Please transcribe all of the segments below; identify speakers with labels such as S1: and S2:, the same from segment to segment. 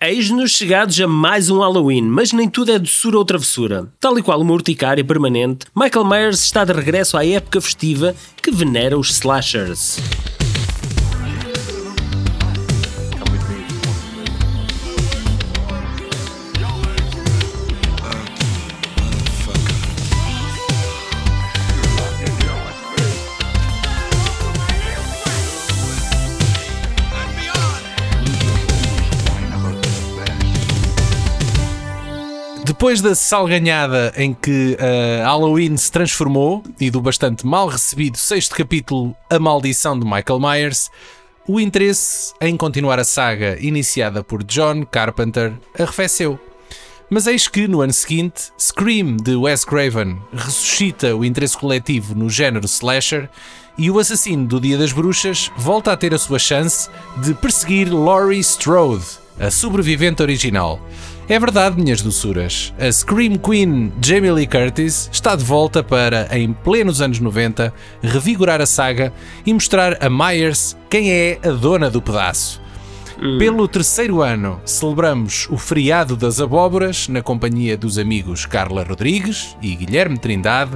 S1: Eis-nos chegados a mais um Halloween, mas nem tudo é doçura ou travessura. Tal e qual uma urticária permanente, Michael Myers está de regresso à época festiva que venera os slashers.
S2: Depois da salganhada em que eh, Halloween se transformou e do bastante mal recebido sexto capítulo A Maldição de Michael Myers, o interesse em continuar a saga iniciada por John Carpenter arrefeceu. Mas eis que, no ano seguinte, Scream de Wes Craven ressuscita o interesse coletivo no género slasher e o assassino do Dia das Bruxas volta a ter a sua chance de perseguir Laurie Strode, a sobrevivente original. É verdade, minhas doçuras, a Scream Queen Jamie Lee Curtis está de volta para, em plenos anos 90, revigorar a saga e mostrar a Myers quem é a dona do pedaço. Pelo terceiro ano, celebramos o feriado das abóboras na companhia dos amigos Carla Rodrigues e Guilherme Trindade,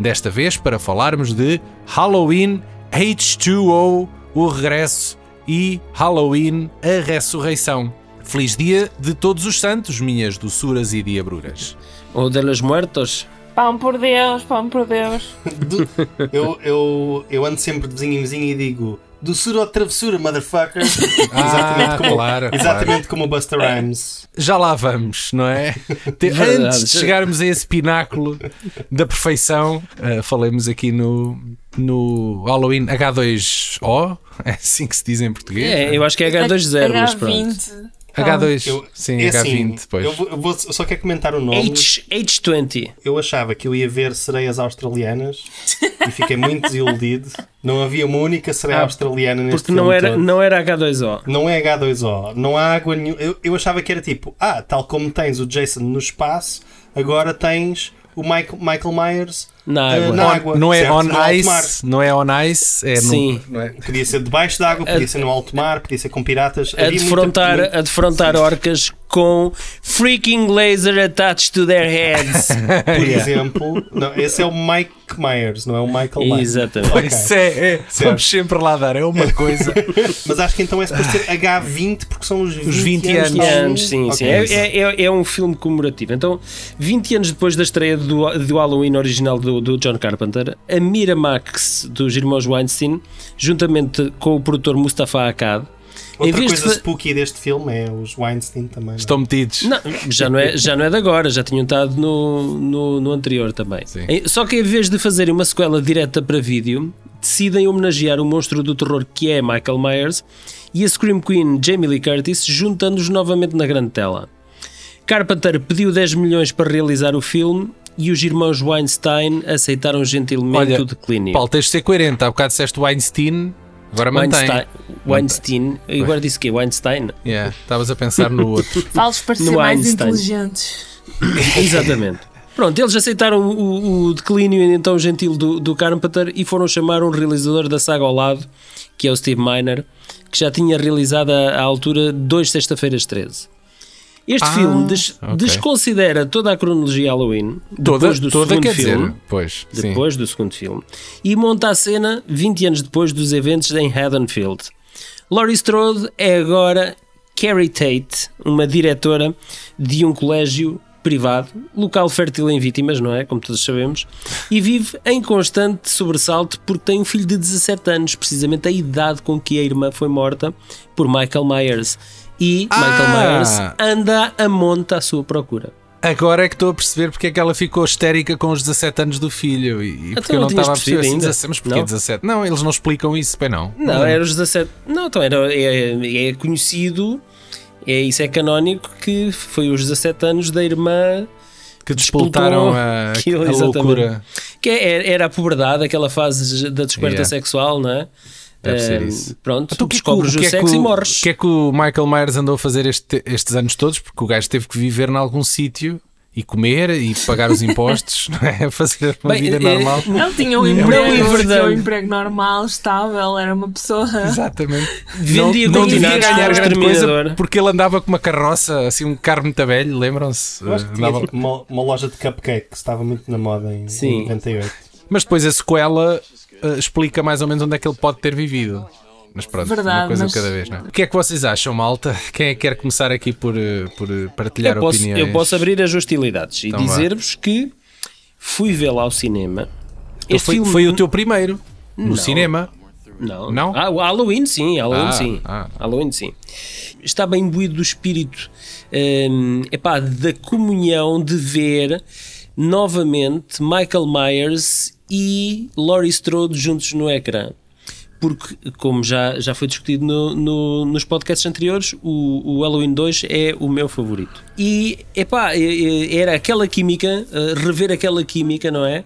S2: desta vez para falarmos de Halloween H2O, o regresso, e Halloween, a ressurreição. Feliz dia de todos os santos, minhas doçuras e diabruras.
S1: Ou de los muertos.
S3: Pão por Deus, pão por Deus.
S4: Do- eu, eu, eu ando sempre de vizinho em vizinho e digo doçura ou travessura, motherfucker.
S2: Ah, claro,
S4: Exatamente como o Buster Rhymes.
S2: já lá vamos, não é? Te-
S1: Verdade.
S2: Antes de chegarmos a esse pináculo da perfeição, ah, falemos aqui no, no Halloween H2O, é assim que se diz em português.
S1: É, eu acho que é H2O, mas pronto.
S2: H2,
S4: Eu-
S2: sim,
S4: é assim,
S2: H20, pois.
S4: Eu, vou- eu vou- eu só quero comentar o nome.
S1: H, H20.
S4: Eu achava que eu ia ver sereias australianas e fiquei muito desiludido. Não havia uma única sereia
S1: Ah,
S4: australiana neste
S1: Porque não
S4: filme
S1: era,
S4: todo.
S1: não era H2O.
S4: Não é H2O, não há água nenhuma. Eu, eu achava que era tipo, ah, tal como tens o Jason no espaço, agora tens o Michael, Michael Myers
S1: Na
S4: eh,
S1: água.
S4: na
S2: On-
S4: água.
S2: não é
S4: certo?
S2: on
S4: No alto
S2: ice,
S4: mar.
S2: não é on ice, é
S1: Sim.
S2: no, não é?
S4: Podia ser debaixo d'água, podia ser no alto mar, podia ser com piratas.
S1: A
S4: Havia muita-
S1: defrontar,
S4: muito-
S1: a defrontar orcas com freaking laser attached to their heads.
S4: por exemplo. Não, esse é o Mike Myers, não é o Michael Myers.
S1: Exatamente.
S4: Ok.
S2: Isso é, é, vamos sempre lá dar, é uma coisa.
S4: Mas acho que então é suposto ser H20 porque são os 20,
S2: 20
S4: anos.
S2: anos.
S4: de
S1: 20
S4: Halloween.
S1: anos, sim,
S4: Ok.
S1: sim. É, é- é- é um filme comemorativo. Então, 20 anos depois da estreia do, do Halloween original do, do John Carpenter, a Miramax dos irmãos Weinstein, juntamente com o produtor Mustafa Akkad,
S4: Outra coisa
S1: fa-
S4: spooky deste filme é os Weinstein também. é?
S2: Estão metidos.
S1: Não, já não, é, já não é de agora, já tinham estado no, no, no anterior também.
S2: Sim.
S1: Em- Só que em vez de fazerem uma sequela direta para vídeo, decidem homenagear o monstro do terror que é Michael Myers e a Scream Queen Jamie Lee Curtis, juntando-os novamente na grande tela. Carpenter pediu 10 milhões para realizar o filme e os irmãos Weinstein aceitaram gentilmente
S2: Olha,
S1: o declínio.
S2: Paulo, tens de ser coerente. Há bocado disseste Weinstein, agora mantém.
S1: Weinstein, Weinstein, agora disse o quê? Weinstein?
S2: Yeah, Estavas a pensar no outro.
S3: Fales para ser
S1: No
S3: mais
S1: Einstein.
S3: inteligentes.
S1: Exatamente. Pronto, eles aceitaram o, o declínio então gentil do, do Carpenter e foram chamar um realizador da saga ao lado, que é o Steve Miner, que já tinha realizado à, à altura dois Sexta-feiras 13. Este
S2: Ah,
S1: filme des-
S2: ok.
S1: desconsidera toda a cronologia Halloween,
S2: Toda,
S1: depois do
S2: toda
S1: segundo
S2: quer
S1: filme,
S2: dizer. Pois, sim.
S1: depois do segundo filme, e monta a cena 20 anos depois dos eventos em Haddonfield. Laurie Strode é agora Carrie Tate, uma diretora de um colégio privado, local fértil em vítimas, não é? Como todos sabemos, e vive em constante sobressalto porque tem um filho de 17 anos, precisamente a idade com que a irmã foi morta por Michael Myers. E
S2: Ah!
S1: Michael Myers anda a monte à sua procura.
S2: Agora é que estou a perceber porque é que ela ficou histérica com os 17 anos do filho. E, e porque
S1: Então
S2: eu não
S1: não tinhas
S2: estava a perceber assim,
S1: percebido ainda?
S2: 17, mas porquê
S1: Não?
S2: 17? Não, eles não explicam isso, bem não. é?
S1: Não, era os 17. Não, então era, é, é conhecido, é, isso é canónico, que foi os 17 anos da irmã,
S2: que despoltaram
S1: despoltou
S2: a,
S1: aquilo,
S2: a
S1: exatamente.
S2: loucura.
S1: que é- era a puberdade, aquela fase da descoberta
S2: Yeah.
S1: sexual, não é?
S2: Deve ser
S1: Eh,
S2: isso.
S1: Pronto,
S2: Então, o que é que o-
S1: descobres
S2: o
S1: o,
S2: que é que
S1: sexo
S2: o-
S1: e morres.
S2: O que é que o Michael Myers andou a fazer este- estes anos todos? Porque o gajo teve que viver em algum sítio e comer e pagar os impostos, não é? fazer uma
S1: Bem,
S2: vida
S1: eh,
S2: normal.
S3: Ele tinha um
S1: Não,
S3: emprego,
S1: é
S3: ele tinha um
S1: verdade.
S3: emprego normal, estável, era uma pessoa.
S2: Exatamente.
S1: Vendia
S2: não, não devia
S1: continados
S2: ganhar
S1: para o
S2: grande coisa
S1: exterminador.
S2: porque ele andava com uma carroça, assim, um carro muito velho, lembram-se?
S4: Eu acho que
S2: Eh,
S4: tinha
S2: andava-
S4: tipo, uma, uma loja de cupcake que estava muito na moda em,
S1: Sim.
S4: em 98.
S2: Mas depois a sequela eh, explica mais ou menos onde é que ele pode ter vivido. Mas pronto, uma
S3: Verdade,
S2: coisa
S3: mas-
S2: de cada vez, não é? O que é que vocês acham, malta? Quem é que quer começar aqui por, eh, por eh, partilhar
S1: Eu posso,
S2: opiniões?
S1: eu posso abrir as hostilidades e
S2: Então vá.
S1: dizer-vos que fui vê-la ao cinema.
S2: Então
S1: Este
S2: foi,
S1: filme
S2: foi o teu primeiro no cinema.
S1: Não.
S2: Não?
S1: Ah, o Halloween sim, Halloween
S2: Ah,
S1: sim.
S2: ah.
S1: Halloween sim. Estava imbuído do espírito hum, epá, da comunhão de ver novamente Michael Myers e Laurie Strode juntos no ecrã. Porque, como já, já foi discutido no- no- nos podcasts anteriores, o, o Halloween 2 é o meu favorito. E, epá, é- é- era aquela química, eh, rever aquela química, não é?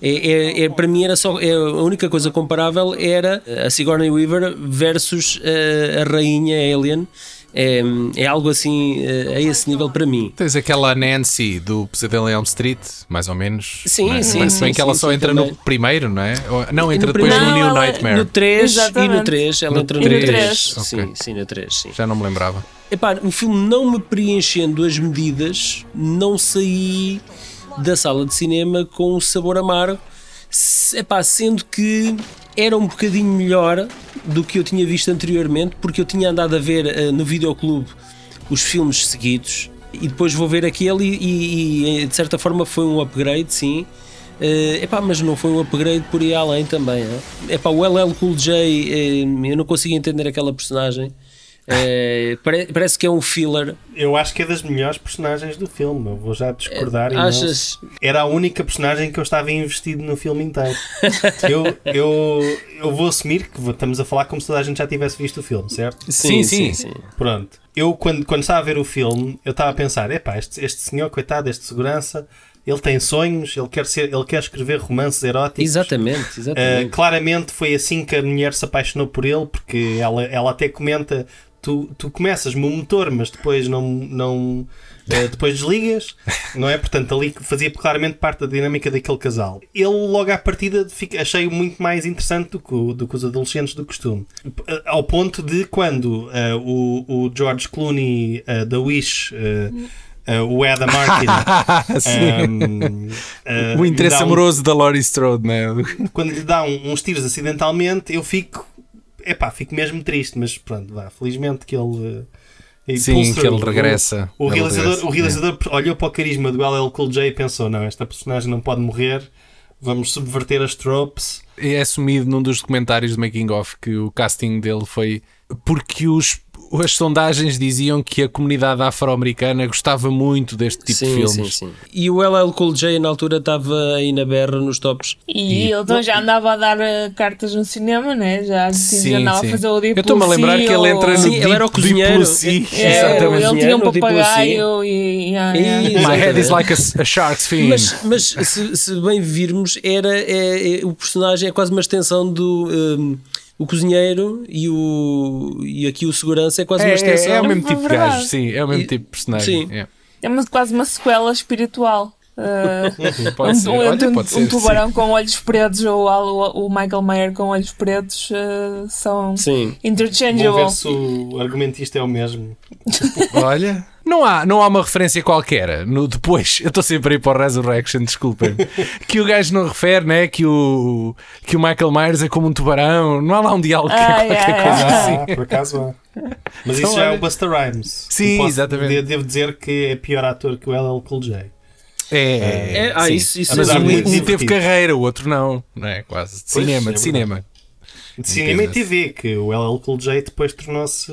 S1: É, é- é- para mim era só é, a única coisa comparável era a Sigourney Weaver versus eh, a rainha Alien é, é algo assim eh, a esse nível para mim
S2: Tens aquela Nancy do Pesadelo em Elm Street, mais ou menos.
S1: Sim,
S2: não é?
S1: sim,
S2: Parece bem
S1: sim,
S2: que ela
S1: sim,
S2: só
S1: sim,
S2: entra no
S1: também.
S2: primeiro, não é? Ou- Não, entra
S1: no
S2: depois no
S1: primeiro-
S2: New
S3: Não, ela-
S2: Nightmare.
S1: no 3 e no
S3: Exatamente.
S1: 3 ela
S2: No
S1: entra no
S3: três,
S1: 3
S2: ok.
S1: sim, sim, no 3 sim.
S2: Já não me lembrava.
S1: Epá, o filme não me preenchendo as medidas, não saí da sala de cinema com um sabor amargo. Se- Epá, sendo que era um bocadinho melhor do que eu tinha visto anteriormente, porque eu tinha andado a ver eh, no videoclube os filmes seguidos e depois vou ver aquele e, e- e, de certa forma foi um upgrade, sim. Eh, epá, mas não foi um upgrade por ir além também. É? Epá, o LL Cool J, eh, eu não consigo entender aquela personagem. Eh, pare- parece que é um filler.
S4: Eu acho que é das melhores personagens do filme. Eu vou já discordar. imenso.
S1: Achas?
S4: Era a única personagem que eu estava investido no filme inteiro. eu, eu, eu vou assumir que vou- estamos a falar como se toda a gente já tivesse visto o filme, certo?
S2: Sim, sim.
S4: Pronto. Eu, quando, quando estava a ver o filme, eu estava a pensar: epá, este, este senhor, coitado, este segurança, ele tem sonhos, ele quer, ser, ele quer escrever romances eróticos.
S1: Exatamente,
S4: Uh,
S2: Uhum.
S1: exatamente.
S4: claramente foi assim que a mulher se apaixonou por ele, porque ela, ela até comenta: tu, tu começas-me o motor, mas depois não. não uh, depois desligas, não é? Portanto, ali fazia claramente parte da dinâmica daquele casal. Ele, logo à partida, fica- achei-o muito mais interessante do que, o- do que os adolescentes do costume. Uh, Ao ponto de quando uh, o, o George Clooney uh, da Wish. uh, uh, o Adam Arkin
S1: Ah,
S2: Sim.
S4: um, uh,
S2: o
S4: lhe
S2: interesse
S4: dá um-
S2: amoroso da Laurie Strode, não é?
S4: quando lhe dá um- uns tiros acidentalmente, eu fico. Epá, fico mesmo triste, mas pronto, vá. Felizmente que ele. eh, pulls
S2: Sim, que
S4: through.
S2: ele regressa.
S4: O, o
S2: Ele
S4: realizador,
S2: regressa.
S4: o realizador olhou para o carisma do LL Cool J e pensou: não, esta personagem não pode morrer, vamos subverter as tropes.
S2: É assumido num dos documentários do Making Off que o casting dele foi porque os, as sondagens diziam que a comunidade afro-americana gostava muito deste tipo de
S1: Sim,
S2: filmes.
S1: sim, sim. E o LL Cool J na altura estava aí na berra nos tops.
S3: E, ele então já andava a dar eh, cartas no cinema, né? Já,
S2: Sim,
S3: já andava
S2: sim.
S3: a fazer o
S2: Eu estou-me a lembrar que ele entra no
S1: Sim,
S2: Deep,
S1: ele era o
S2: Deep
S1: cozinheiro.
S2: Blue Sea.
S1: É,
S2: Exatamente.
S3: ele
S1: Exatamente.
S3: tinha um
S1: Tipo assim.
S3: papagaio e. yeah, yeah.
S1: Isso.
S2: My head is
S1: Exatamente.
S2: like a, s- a shark's fin.
S1: Mas, mas se, se bem virmos, era é, é, o personagem é quase uma extensão do um, o cozinheiro e o e aqui o segurança é quase
S2: é,
S1: uma
S2: é-
S1: extensão.
S2: é o mesmo tipo de
S3: Verdade.
S2: gajo, sim, é o mesmo
S1: E-
S2: tipo de personagem.
S1: sim.
S2: é.
S3: É uma- quase uma sequela espiritual. Eh,
S2: Pode ser,
S3: um, um-
S2: olha,
S3: um- um
S2: pode ser. sim.
S3: tubarão com olhos pretos ou al- o Michael Mayer com olhos pretos eh, são
S1: Sim.
S4: Vou
S3: interchangeable.
S4: ver se o argumentista é o mesmo.
S2: Olha, não há, não há uma referência qualquer. No, depois, eu estou sempre aí para o Resurrection, desculpem. que o gajo não refere, né? Que o, que o Michael Myers é como um tubarão. Não há lá um diálogo que é
S3: Ai,
S2: qualquer
S3: ai,
S2: coisa
S3: ai.
S2: assim.
S4: Ah, por acaso há. Mas isso
S2: Então,
S4: já é
S2: olha.
S4: o Buster Rhymes.
S2: Sim,
S4: Eu
S2: exatamente.
S4: de- Devo dizer que é pior ator que o LL Cool J.
S2: É,
S1: É, ah,
S2: sim.
S1: isso, isso
S4: Mas
S1: é
S2: Mas
S4: há
S2: um,
S1: muito-
S4: muito
S2: um teve
S4: divertido.
S2: carreira, o outro não. não é? Quase. De
S4: Pois,
S2: cinema,
S4: é
S2: de cinema.
S4: De cinema e
S2: Entenda-se.
S4: TV, que o LL Cool J depois tornou-se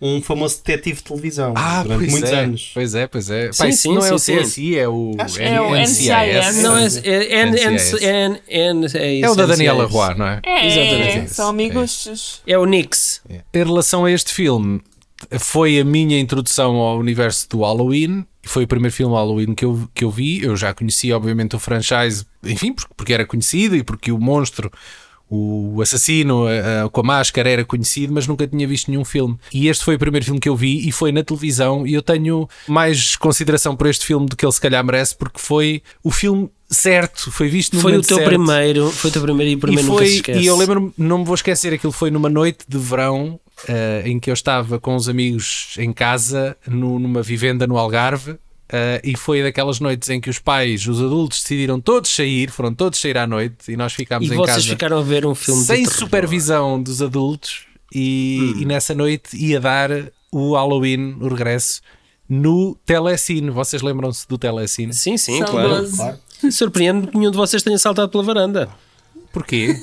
S4: um famoso detetive de televisão
S2: Ah,
S4: durante
S2: pois
S4: muitos
S2: é.
S4: anos.
S2: Pois é, pois é.
S1: Sim,
S2: Pá, isso
S1: sim,
S2: não é
S1: sim,
S2: o
S1: sim.
S2: CSI, é o,
S4: Acho que
S3: é o NCIS.
S1: Não, é, é, é,
S2: NCIS.
S1: é, é, é,
S2: É o da Daniela
S1: NCIS.
S2: Roar, não é?
S3: É,
S1: Exatamente.
S3: é, é, são amigos.
S1: É o Nix.
S2: Em relação a este filme, foi a minha introdução ao universo do Halloween. Foi o primeiro filme Halloween que eu, que eu vi. Eu já conhecia, obviamente, o franchise, enfim, porque, porque era conhecido e porque o monstro, o assassino eh, eh, com a máscara era conhecido, mas nunca tinha visto nenhum filme. E este foi o primeiro filme que eu vi e foi na televisão. E eu tenho mais consideração por este filme do que ele se calhar merece, porque foi o filme certo, foi visto no
S1: Foi o
S2: momento
S1: teu
S2: certo.
S1: primeiro, foi o teu primeiro e o primeiro
S2: e,
S1: nunca
S2: foi,
S1: se esquece.
S2: e eu lembro-me, não me vou esquecer, aquilo foi numa noite de verão eh, em que eu estava com os amigos em casa, no- numa vivenda no Algarve, eh, e foi daquelas noites em que os pais, os adultos, decidiram todos sair, foram todos sair à noite, e nós ficámos
S1: E
S2: em
S1: vocês
S2: casa
S1: ficaram a ver um filme de
S2: sem
S1: terror. Hum.
S2: supervisão dos adultos, e, e nessa noite ia dar o Halloween, o regresso, no Telecine. Vocês lembram-se do Telecine?
S1: Sim, sim,
S3: São
S1: claro.
S3: doze.
S4: Claro.
S1: Surpreende-me que nenhum de vocês tenha saltado pela varanda.
S2: Porquê?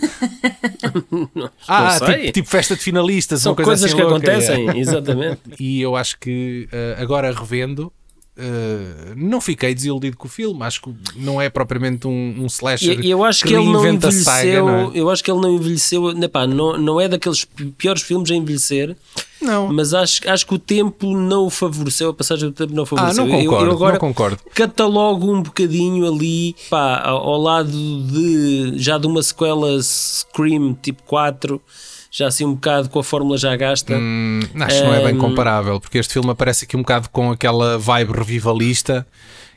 S2: ah,
S1: sei.
S2: tipo, tipo festa de finalistas,
S1: São
S2: uma coisa
S1: coisas
S2: assim
S1: que
S2: louca, é.
S1: acontecem, exatamente.
S2: e eu acho que eh, agora revendo eh, não fiquei desiludido com o filme acho que não é propriamente um, um slasher
S1: E, e eu acho que, ele não
S2: reinventa a
S1: envelheceu.
S2: saga, não é?
S1: Eu acho que ele não envelheceu. Nepá, não, não é daqueles pi- piores filmes a envelhecer,
S2: não
S1: mas acho, acho que o tempo não o favoreceu, a passagem do tempo não o
S2: ah,
S1: favoreceu.
S2: não
S1: Eu- eu
S2: concordo,
S1: agora
S2: não concordo.
S1: catalogo um bocadinho ali pá, ao ao lado de já de uma sequela Scream tipo 4, já assim um bocado com a fórmula já gasta.
S2: Hum, acho que não é bem comparável, porque este filme aparece aqui um bocado com aquela vibe revivalista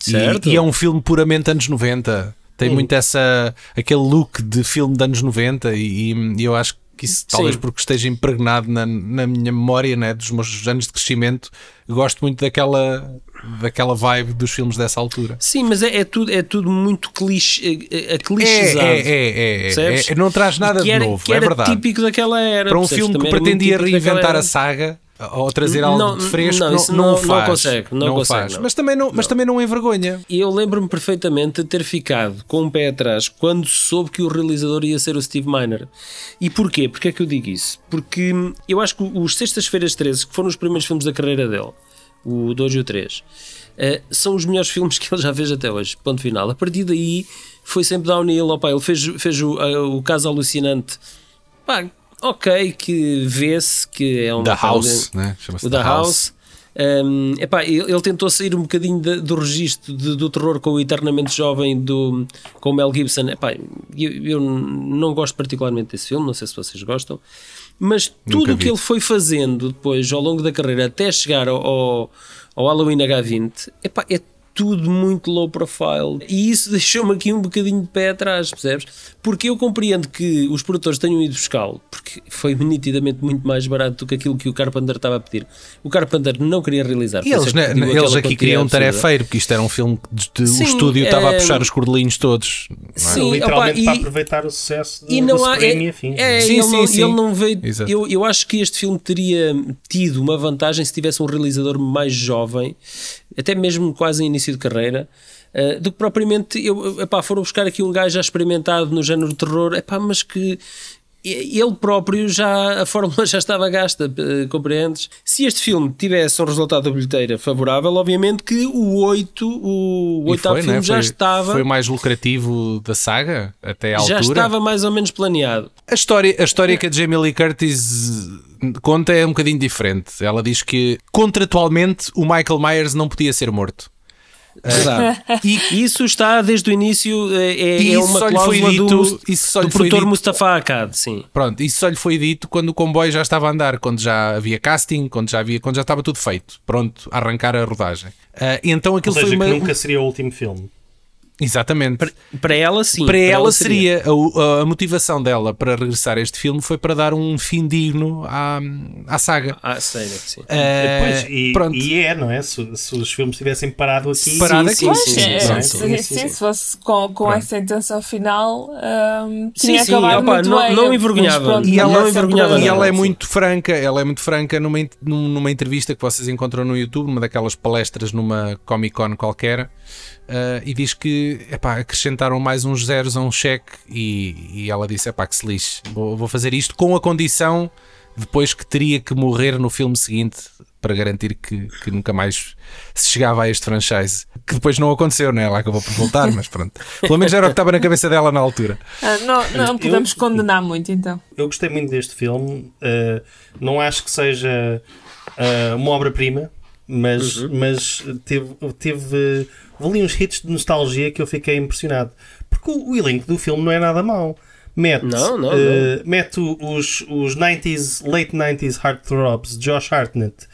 S2: e-
S1: Certo.
S2: E, é um filme puramente anos 90. Tem muito essa aquele look de filme de anos 90 e, e eu acho que isso talvez
S1: Sim.
S2: porque esteja impregnado na, na minha memória né, dos meus anos de crescimento, gosto muito daquela, daquela vibe dos filmes dessa altura.
S1: Sim, mas é, é tudo, é tudo muito clichê, é, é
S2: É,
S1: clichêzado.
S2: é, é, é, é,
S1: Percebes?
S2: é, não traz nada
S1: que era,
S2: de novo,
S1: que
S2: é
S1: era
S2: verdade.
S1: típico daquela era.
S2: Para um
S1: percebes?
S2: filme que
S1: Também era muito
S2: pretendia
S1: típico daquela
S2: reinventar
S1: era.
S2: a saga ou trazer algo
S1: Não,
S2: de fresco,
S1: não,
S2: não,
S1: isso
S2: não,
S1: não-
S2: o
S1: não
S2: faz.
S1: consegue, não
S2: o
S1: consegue,
S2: faz.
S1: não.
S2: Mas, também não, mas também não envergonha.
S1: E eu lembro-me perfeitamente de ter ficado com um pé atrás quando soube que o realizador ia ser o Steve Miner. E porquê? Porquê é que eu digo isso? Porque hum, eu acho que os Sextas-feiras 13, que foram os primeiros filmes da carreira dele, o 2 e o 3, eh, são os melhores filmes que ele já fez até hoje. Ponto final. A partir daí foi sempre downhill. Opa, ele fez, fez o, eh, o Caso Alucinante. Pá, ok, que vê-se que é um.
S2: Da House, né?
S1: O
S2: Chama-se
S1: da
S2: The
S1: House. Um, epá, ele, ele tentou sair um bocadinho da- do registro de- do terror com o Eternamente Jovem do, com o Mel Gibson. Epá, eu, eu não gosto particularmente desse filme, não sei se vocês gostam, mas tudo o
S2: vi.
S1: que ele foi fazendo depois ao longo da carreira até chegar ao, ao, ao Halloween H20 epá, é tudo muito low profile e isso deixou-me aqui um bocadinho de pé atrás, percebes? Porque eu compreendo que os produtores tenham ido buscá-lo porque foi nitidamente muito mais barato do que aquilo que o Carpenter estava a pedir. O Carpenter não queria realizar.
S2: E
S1: por
S2: eles,
S1: isso é que pediu
S2: né, eles
S1: aquela
S2: aqui
S1: quantidade
S2: criam um
S1: absurda.
S2: tarefeiro, porque isto era um filme que de- de-
S1: Sim,
S2: o estúdio estava a
S1: eh,
S2: puxar os cordelinhos todos. não é?
S1: Sim,
S4: Literalmente
S1: opa,
S4: para
S1: e-
S4: aproveitar o sucesso do,
S1: e
S4: do
S1: não há.
S4: Scream
S1: É,
S4: e afins.
S1: é,
S2: Sim,
S1: ele,
S2: sim,
S1: não,
S2: sim.
S1: ele não veio.
S2: Exato.
S1: Eu, eu acho que este filme teria tido uma vantagem se tivesse um realizador mais jovem, até mesmo quase em início de carreira. eh, do que propriamente eu, epá, foram buscar aqui um gajo já experimentado no género de terror, epá, mas que e- ele próprio já a fórmula já estava gasta, eh, compreendes? Se este filme tivesse um resultado da bilheteira favorável, obviamente que o 8, o
S2: E
S1: oitavo
S2: foi,
S1: filme
S2: né?
S1: já
S2: Foi-
S1: estava,
S2: Foi o mais lucrativo da saga, até à
S1: já
S2: altura.
S1: estava mais ou menos planeado.
S2: A história, a história que a Jamie Lee Curtis conta é um bocadinho diferente. Ela diz que contratualmente o Michael Myers não podia ser morto. É.
S1: Exato. E isso está desde o início, é, é-
S2: E
S1: é
S2: isso
S1: uma
S2: só lhe foi
S1: cláusula
S2: dito-
S1: do, Mus-
S2: isso só
S1: do
S2: lhe foi
S1: produtor
S2: dito-
S1: Mustafa Akkad, sim.
S2: Pronto, isso só lhe foi dito quando o comboio já estava a andar, quando já havia casting, quando já havia, quando já estava tudo feito, pronto, a arrancar a rodagem. Ah, e então
S4: Ou
S2: aquilo
S4: seja,
S2: foi
S4: que
S2: uma...
S4: nunca seria o último filme.
S2: Exatamente. Para,
S1: Para ela, sim.
S2: ela seria, A, a motivação dela para regressar a este filme foi para dar um fim digno à, à saga.
S1: Ah, sei, sim.
S2: Ah,
S4: Pois, e,
S2: pronto.
S4: e é, não é? Se, se os filmes tivessem parado aqui.
S2: Parado
S1: sim,
S2: aqui.
S1: sim, sim,
S3: É,
S1: sim,
S4: não é?
S1: sim.
S3: sim,
S4: sim,
S3: sim,
S4: sim.
S3: se fosse com, com essa intenção final, hum, tinha
S1: Sim, sim,
S3: acabado
S1: opa,
S3: muito
S1: não-
S3: bem.
S1: não
S3: Mas
S1: envergonhava.
S3: pronto,
S2: E ela,
S1: não envergonhava
S2: e ela é
S1: nada,
S2: muito franca, ela é muito franca numa, in- num- numa entrevista que vocês encontram no YouTube, numa daquelas palestras numa Comic Con qualquer, ah, e diz que epá, acrescentaram mais uns zeros a um cheque e, e ela disse epá, que se lixe, vou, vou fazer isto com a condição depois que teria que morrer no filme seguinte para garantir que, que nunca mais se chegava a este franchise. Que depois não aconteceu, né? Ela acabou por voltar, mas pronto. Pelo menos era o que estava na cabeça dela na altura.
S3: Ah, não, não podemos condenar muito, então.
S4: Eu gostei muito deste filme. eh, não acho que seja eh, uma obra-prima, mas,
S1: Uhum.
S4: mas teve. teve eh, houve ali uns hits de nostalgia que eu fiquei impressionado. Porque o, o elenco do filme não é nada mau. mete,
S1: Não, não,
S4: eh, mete os, os 90s, late 90s heartthrobs, Josh Hartnett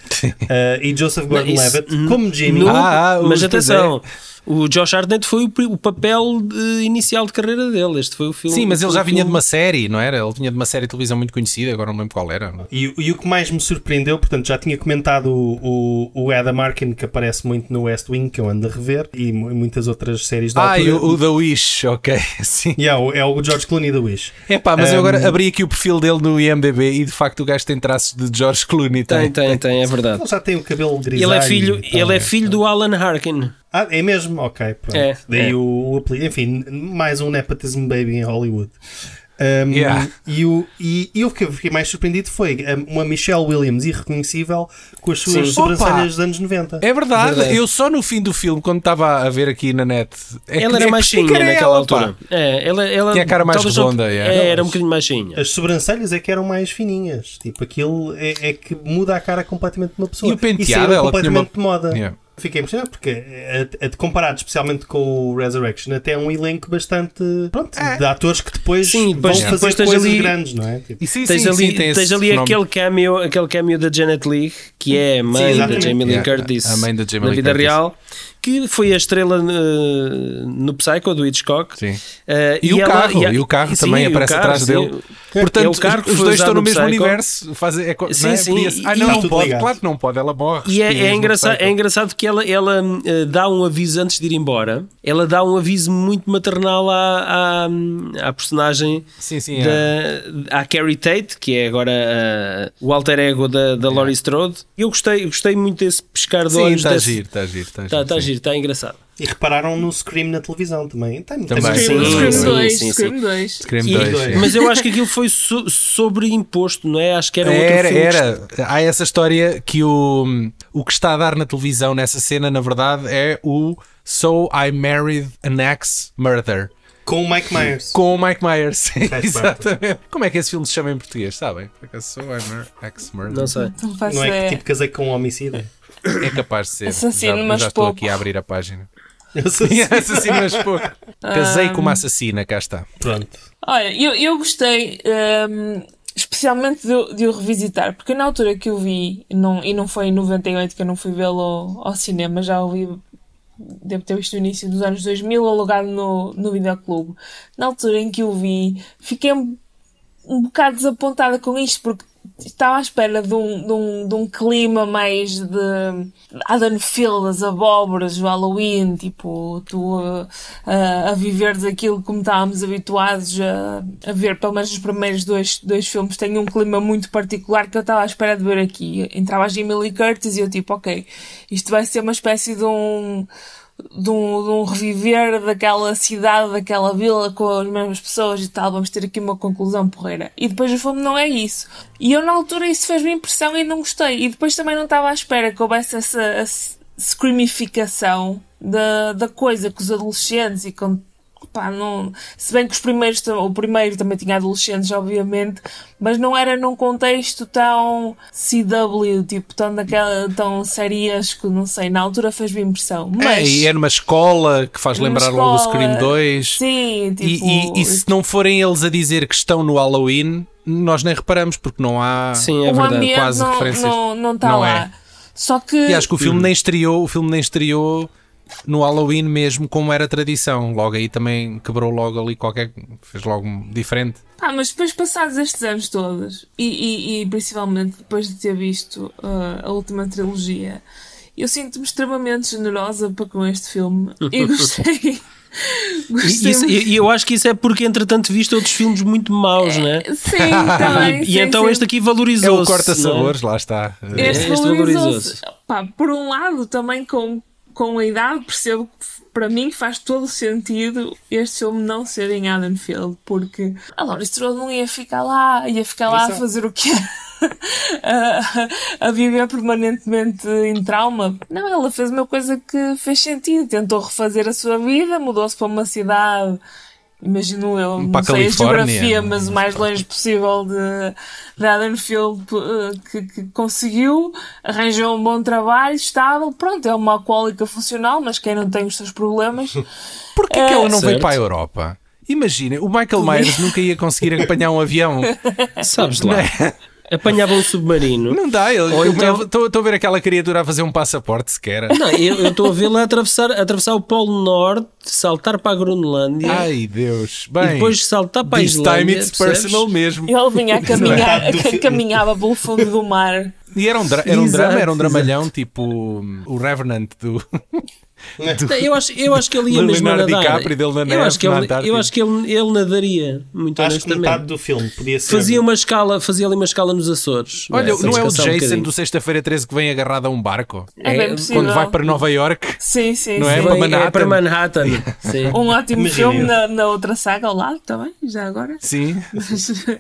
S4: eh, e Joseph
S1: Não, isso-
S4: Gordon-Levitt, como Jimmy.
S1: No-
S2: Ah, ah, o- pois
S1: mas atenção, o Josh Hartnett foi o, pri- o papel de- inicial de carreira dele. Este foi o filme.
S2: Sim, mas ele
S1: foi
S2: já
S1: o
S2: vinha de
S1: filme-
S2: uma série, não era? Ele vinha de uma série de televisão muito conhecida, agora não me lembro qual era.
S4: E, e o que mais me surpreendeu, portanto, já tinha comentado o, o, o Adam Arkin, que aparece muito no West Wing, que eu ando a rever, e mu- muitas outras séries da
S2: Ah, e
S4: altura.
S2: o, o The Wish, ok, sim.
S4: Yeah, o- é o George Clooney da Wish.
S2: É pá, mas eu agora abri aqui o perfil dele no IMDB e de facto o gajo tem traços de George Clooney.
S1: Tem, tem, tem, é verdade.
S4: Ele já tem o cabelo grisalho.
S1: Ele é filho,
S2: então.
S4: e tal. né?
S1: ele é filho do Alan Harkin.
S4: Ah, é mesmo? Ok, pronto.
S1: É,
S4: Daí
S1: é.
S4: O, o apelido. Enfim, mais um nepotism baby em Hollywood. Um,
S2: Yeah.
S4: e, o, e, e o que eu fiquei mais surpreendido foi um, uma Michelle Williams irreconhecível com as suas
S1: Sim.
S4: sobrancelhas dos anos 90.
S2: É verdade.
S1: Verdade.
S2: eu só no fim do filme, quando estava a ver aqui na net, é que-
S1: ela
S2: é
S1: era
S2: que
S1: mais
S2: chique
S1: chinha
S2: era
S1: naquela
S2: ela, pá.
S1: altura. É, ela, ela
S2: Tinha a cara mais
S1: talvez não-
S2: redonda, é.
S1: é, era um bocadinho mais chinha.
S4: As sobrancelhas é que eram mais fininhas. Tipo, aquilo é, é que muda a cara completamente de uma pessoa.
S2: E o penteado,
S4: Isso era
S2: ela
S4: completamente de moda.
S2: Yeah.
S4: Fiquei impressionado porque, eh, a- a- comparado especialmente com o Resurrection, até é um elenco bastante. Pronto,
S2: É.
S4: de atores que depois
S1: Sim,
S4: vão
S1: depois-
S4: fazer
S1: depois tens
S4: coisas
S1: ali-
S4: grandes, não é? Tipo,
S2: E sim,
S1: Tens
S2: sim,
S1: ali,
S2: sim, tem
S1: tens
S2: esse
S1: ali
S2: fenómeno.
S1: aquele, cameo, aquele cameo da Janet Leigh, que é a mãe da
S4: exatamente.
S1: Jamie Lee
S2: Yeah,
S1: Curtis
S2: a mãe da Jamie
S1: na
S2: Lee
S1: vida
S2: Curtis.
S1: real, que foi a estrela eh, no Psycho do Hitchcock.
S2: Sim.
S1: Eh,
S2: E, o
S1: ela-
S2: carro,
S1: a-
S2: e o carro
S1: sim,
S2: também
S1: e o
S2: aparece
S1: carro,
S2: atrás
S1: sim.
S2: dele.
S1: É o
S2: Portanto,
S1: carro que
S2: os
S1: foi
S2: dois estão
S1: usado
S2: no mesmo
S1: Psycho.
S2: universo. Fazem, é, co-
S1: Sim,
S2: não é?
S1: sim,
S2: Podia-se- ah,
S1: e-
S2: não,
S1: Está
S2: não
S4: tudo
S2: pode,
S4: ligado.
S2: claro que não pode, ela morre.
S1: E é,
S2: Tinha
S1: é
S2: mesmo
S1: engraçado,
S2: Psycho.
S1: é engraçado que ela, ela hum, eh, dá um aviso antes de ir embora. Ela dá um aviso muito maternal à, à, hum, à personagem
S2: Sim, sim, é.
S1: da, à Carrie Tate, que é agora ah, o alter ego da, da Laurie Strode. Eu gostei, eu gostei muito desse pescar de
S2: Sim,
S1: olhos.
S2: está
S1: desse-
S2: giro, está giro. Está
S1: Tá,
S2: giro,
S1: tá
S2: sim.
S1: giro, está engraçado.
S4: E repararam no Scream na televisão também. Tem, tem
S2: Também.
S4: muita
S2: Sim,
S3: Scream,
S4: coisa.
S1: sim,
S3: Scream 2,
S1: sim,
S3: Scream 2.
S2: Scream
S1: E-
S2: 2, é.
S1: mas eu acho que aquilo foi so, sobreimposto, não é? Acho que era outro
S2: Era,
S1: filme. que-
S2: era. Há essa história que o, o que está a dar na televisão nessa cena, na verdade, é o So I Married an Axe Murder
S4: Com o Mike Myers.
S2: com o Mike Myers.
S4: Barton.
S2: Exatamente. Como é que esse filme se chama em português? Sabem? Por acaso, é So I Mar Axe Murder.
S1: Não sei.
S3: Não faço
S4: Não é
S3: ideia.
S4: que tipo casei com um homicida.
S2: É capaz de ser.
S3: Assassino,
S2: já,
S3: mas
S2: já estou
S3: pouco.
S2: aqui a abrir a página.
S4: Eu sou assim.
S2: assassino, mas pouco.
S1: Ah.
S2: Casei com uma assassina, cá está.
S4: Pronto.
S3: Olha, eu, eu gostei hum, especialmente de, o- de o revisitar, porque na altura que eu vi, não, e não foi em 98 que eu não fui vê-lo ao, ao cinema, já o vi, devo ter visto no início dos anos 2000, alugado no, no videoclube. Na altura em que eu vi, fiquei um, um bocado desapontada com isto, porque estava à espera de um, de um, de um clima mais de Adam Field, as abóboras, o Halloween, tipo, tu uh, a- a viveres aquilo como estávamos habituados a, a ver, pelo menos os primeiros dois, dois filmes têm um clima muito particular que eu estava à espera de ver aqui. Entrava a Jimmy Lee Curtis e eu tipo, ok, isto vai ser uma espécie de um de um, de um reviver daquela cidade, daquela vila com as mesmas pessoas e tal, vamos ter aqui uma conclusão porreira. E depois o filme não é isso. E eu na altura isso fez-me impressão e não gostei. E depois também não estava à espera que houvesse essa, essa screamificação da, da coisa com os adolescentes e com Pá, não... Se bem que os primeiros, tam- o primeiro também tinha adolescentes, obviamente, mas não era num contexto tão CW, tipo, tão daquela, tão seriesco, não sei, na altura fez-me impressão. Mas,
S2: É, e é numa escola que faz
S3: Numa
S2: lembrar logo o
S3: escola.
S2: Scream 2.
S3: sim,
S2: E-
S3: tipo,
S2: E, e se não forem eles a dizer que estão no Halloween, nós nem reparamos, porque não há.
S1: Sim, é
S3: o
S1: verdade.
S3: ambiente
S2: quase
S3: não,
S2: referências.
S3: não, não está
S2: Não
S3: lá.
S2: é.
S3: Só que,
S2: E acho que o filme nem estreou, o filme nem estreou no Halloween mesmo, como era tradição. Logo aí também quebrou logo ali qualquer. fez logo um diferente.
S3: Ah, mas depois passados estes anos todos, e, e- e principalmente depois de ter visto ah, a última trilogia, eu sinto-me extremamente generosa para com este filme. E gostei.
S1: E,
S3: gostei
S1: isso-
S3: muito.
S1: e eu acho que isso é porque, entretanto, viste outros filmes muito maus, não é?
S3: Sim, também.
S1: E, e
S3: sim,
S1: então
S3: sim.
S1: este aqui
S2: É
S1: valorizou-se.
S2: o
S1: não é?
S2: corta-sabores, lá está. Eh,
S3: Este,
S1: Este
S3: valorizou-se.
S1: valorizou-se.
S3: Pá, por um lado, também com, com a idade, percebo que f- para mim faz todo o sentido este filme não ser em Haddonfield, porque a Laurie Strode não ia ficar lá, ia ficar lá a
S4: Exato.
S3: fazer o quê? a, a viver permanentemente em trauma. Não, ela fez uma coisa que fez sentido, tentou refazer a sua vida, mudou-se para uma cidade. Imagino eu, não
S2: Para a
S3: sei a
S2: Califórnia,
S3: geografia,
S2: não-
S3: mas o mais longe possível de, de Haddonfield eh, que, que conseguiu, arranjou um bom trabalho, estável, pronto, é uma alcoólica funcional, mas quem não tem os seus problemas.
S1: É.
S2: Porquê que ela não veio
S1: Certo.
S2: para a Europa? Imaginem, o Michael Myers nunca ia conseguir apanhar um avião.
S1: é? Sabes lá. Apanhava um submarino.
S2: é? Não dá, ele.
S1: Ou então-
S2: Estou a ver aquela criatura a fazer um passaporte sequer.
S1: Não, eu estou a vê-la atravessar, atravessar o Polo Norte, saltar para a Groenlândia
S2: Ai Deus.
S1: e
S2: Bem,
S1: depois saltar para a
S2: this
S1: Islândia.
S2: time it's
S1: percebes?
S2: personal mesmo.
S3: Ele vinha a caminhar,
S4: Metade do
S3: a ca-
S4: filme.
S3: caminhava pelo fundo do mar. É
S2: E era um, dra- era um
S1: Exato,
S2: drama, era um
S1: exato.
S2: dramalhão, tipo um, o Revenant do.
S1: Não, Eu acho, eu acho que ele ia mesmo
S2: Leonardo
S1: nadar.
S2: DiCaprio dele na neve,
S1: eu acho que,
S2: na
S1: ele,
S2: Antártida.
S1: eu acho que ele, ele nadaria, muito
S4: Acho que metade
S1: honestamente.
S4: do filme podia ser.
S1: Fazia uma escala, fazia ali uma escala nos Açores.
S2: Olha,
S1: Só
S2: não é o
S1: descansar um
S2: Jason
S1: bocadinho.
S2: do Sexta-feira 13 que vem agarrado a um barco?
S3: É,
S1: É,
S3: bem
S1: quando
S3: possível.
S2: Quando vai para Nova York?
S3: Sim, sim,
S2: Não é?
S3: sim.
S2: para
S1: Vem-
S2: Manhattan.
S1: É para Manhattan. Sim.
S3: Um ótimo
S4: Imagina.
S3: filme na, na outra saga ao lado também, já agora.
S2: Sim.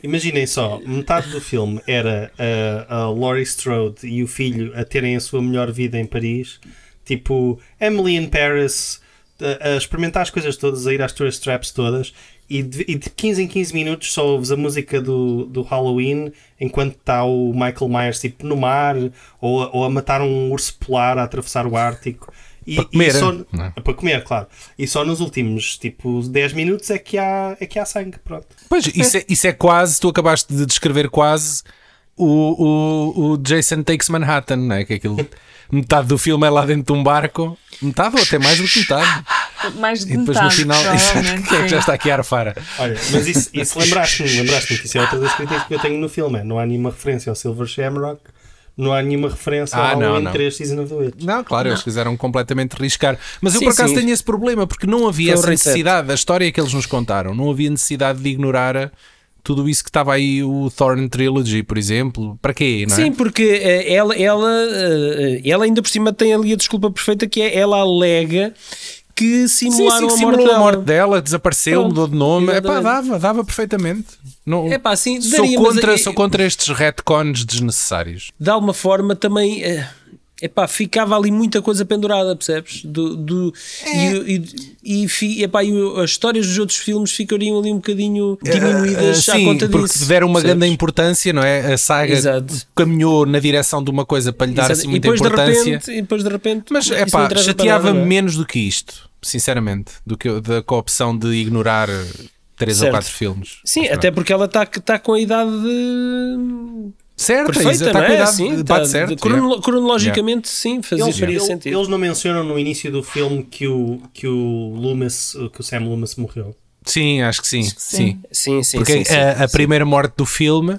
S4: Imaginem só, metade do filme era uh, a Laurie Strode e o filho a terem a sua melhor vida em Paris, tipo Emily in Paris, a, a experimentar as coisas todas, a ir às tourist traps todas, e de, e de 15 em 15 minutos só ouves a música do, do Halloween enquanto está o Michael Myers tipo, no mar ou, a- ou a matar um urso polar a atravessar o Ártico. E,
S2: Para comer,
S4: e só,
S2: não é?
S4: para comer, claro. E só nos últimos tipo 10 minutos é que há, é que há sangue. Pronto.
S2: Pois, isso é, isso é quase, tu acabaste de descrever quase o, o, o Jason Takes Manhattan, não é? Que aquilo, metade do filme é lá dentro de um barco, metade ou até mais do que metade.
S3: Mais de
S2: E depois
S3: metade,
S2: no final,
S3: provavelmente,
S2: quem é que já
S3: sim.
S2: está aqui a arfara?
S4: Olha, mas isso, isso lembraste-me, lembraste-me que isso é outra das críticas que eu tenho no filme. é, Não há nenhuma referência ao Silver Shamrock, não há nenhuma referência
S2: Ah,
S4: ao
S2: não,
S4: Halloween
S2: não.
S4: 3 Season of the Witch.
S2: Não, claro, eles quiseram completamente riscar. Mas eu
S1: Sim,
S2: por acaso
S1: sim.
S2: tenho esse problema, porque não havia
S1: Foi um
S2: essa
S1: reset.
S2: necessidade, a história que eles nos contaram, não havia necessidade de ignorar eh, tudo isso que estava aí, o Thorn Trilogy, por exemplo. Para quê? Não é?
S1: Sim, porque eh, ela, ela, eh, ela ainda por cima tem ali a desculpa perfeita que é ela alega que
S2: Sim,
S1: simularam
S2: sim, que
S1: a morte
S2: simulou
S1: dela.
S2: a morte dela, desapareceu,
S1: Pronto,
S2: mudou de nome. É pá,
S1: exatamente.
S2: dava, dava perfeitamente. Não,
S1: É pá, sim,
S2: sou,
S1: daria, mas
S2: contra,
S1: é-
S2: sou contra estes retcons desnecessários.
S1: de alguma forma também eh, epá, ficava ali muita coisa pendurada, percebes? Do, do,
S2: É.
S1: E, e, e, fi- epá, e o- as histórias dos outros filmes ficariam ali um bocadinho diminuídas
S2: Ah,
S1: à
S2: sim,
S1: conta
S2: porque
S1: disso.
S2: deram uma
S1: percebes?
S2: grande importância, não é? A saga
S1: Exato.
S2: caminhou na direção de uma coisa para lhe dar
S1: Exato. é,
S2: assim
S1: e
S2: muita
S1: depois de
S2: importância.
S1: repente, e depois de repente,
S2: Mas
S1: isso
S2: é
S1: não
S2: pá,
S1: interessa para nada,
S2: chateava-me
S1: não é?
S2: menos do que isto, sinceramente, do que da coopção de ignorar eh, três ou
S1: Certo.
S2: quatro filmes.
S1: Sim,
S2: Mas
S1: até
S2: pronto.
S1: porque ela está tá com a idade de...
S2: certo,
S1: perfeita,
S2: está
S1: não é?
S2: cuidado,
S1: Sim,
S2: bate
S1: tá-
S2: certo.
S1: de- crono-
S2: yeah.
S1: Cronologicamente, sim, fazia,
S4: Eles,
S1: faria
S4: ele-
S1: sentido.
S4: eles não mencionam no início do filme que o, que o Loomis, que o Sam Loomis morreu.
S2: Sim, acho que sim.
S3: Acho que sim.
S2: sim.
S1: Sim, sim,
S2: Porque
S1: sim, sim,
S2: a, a
S1: sim.
S2: primeira morte do filme,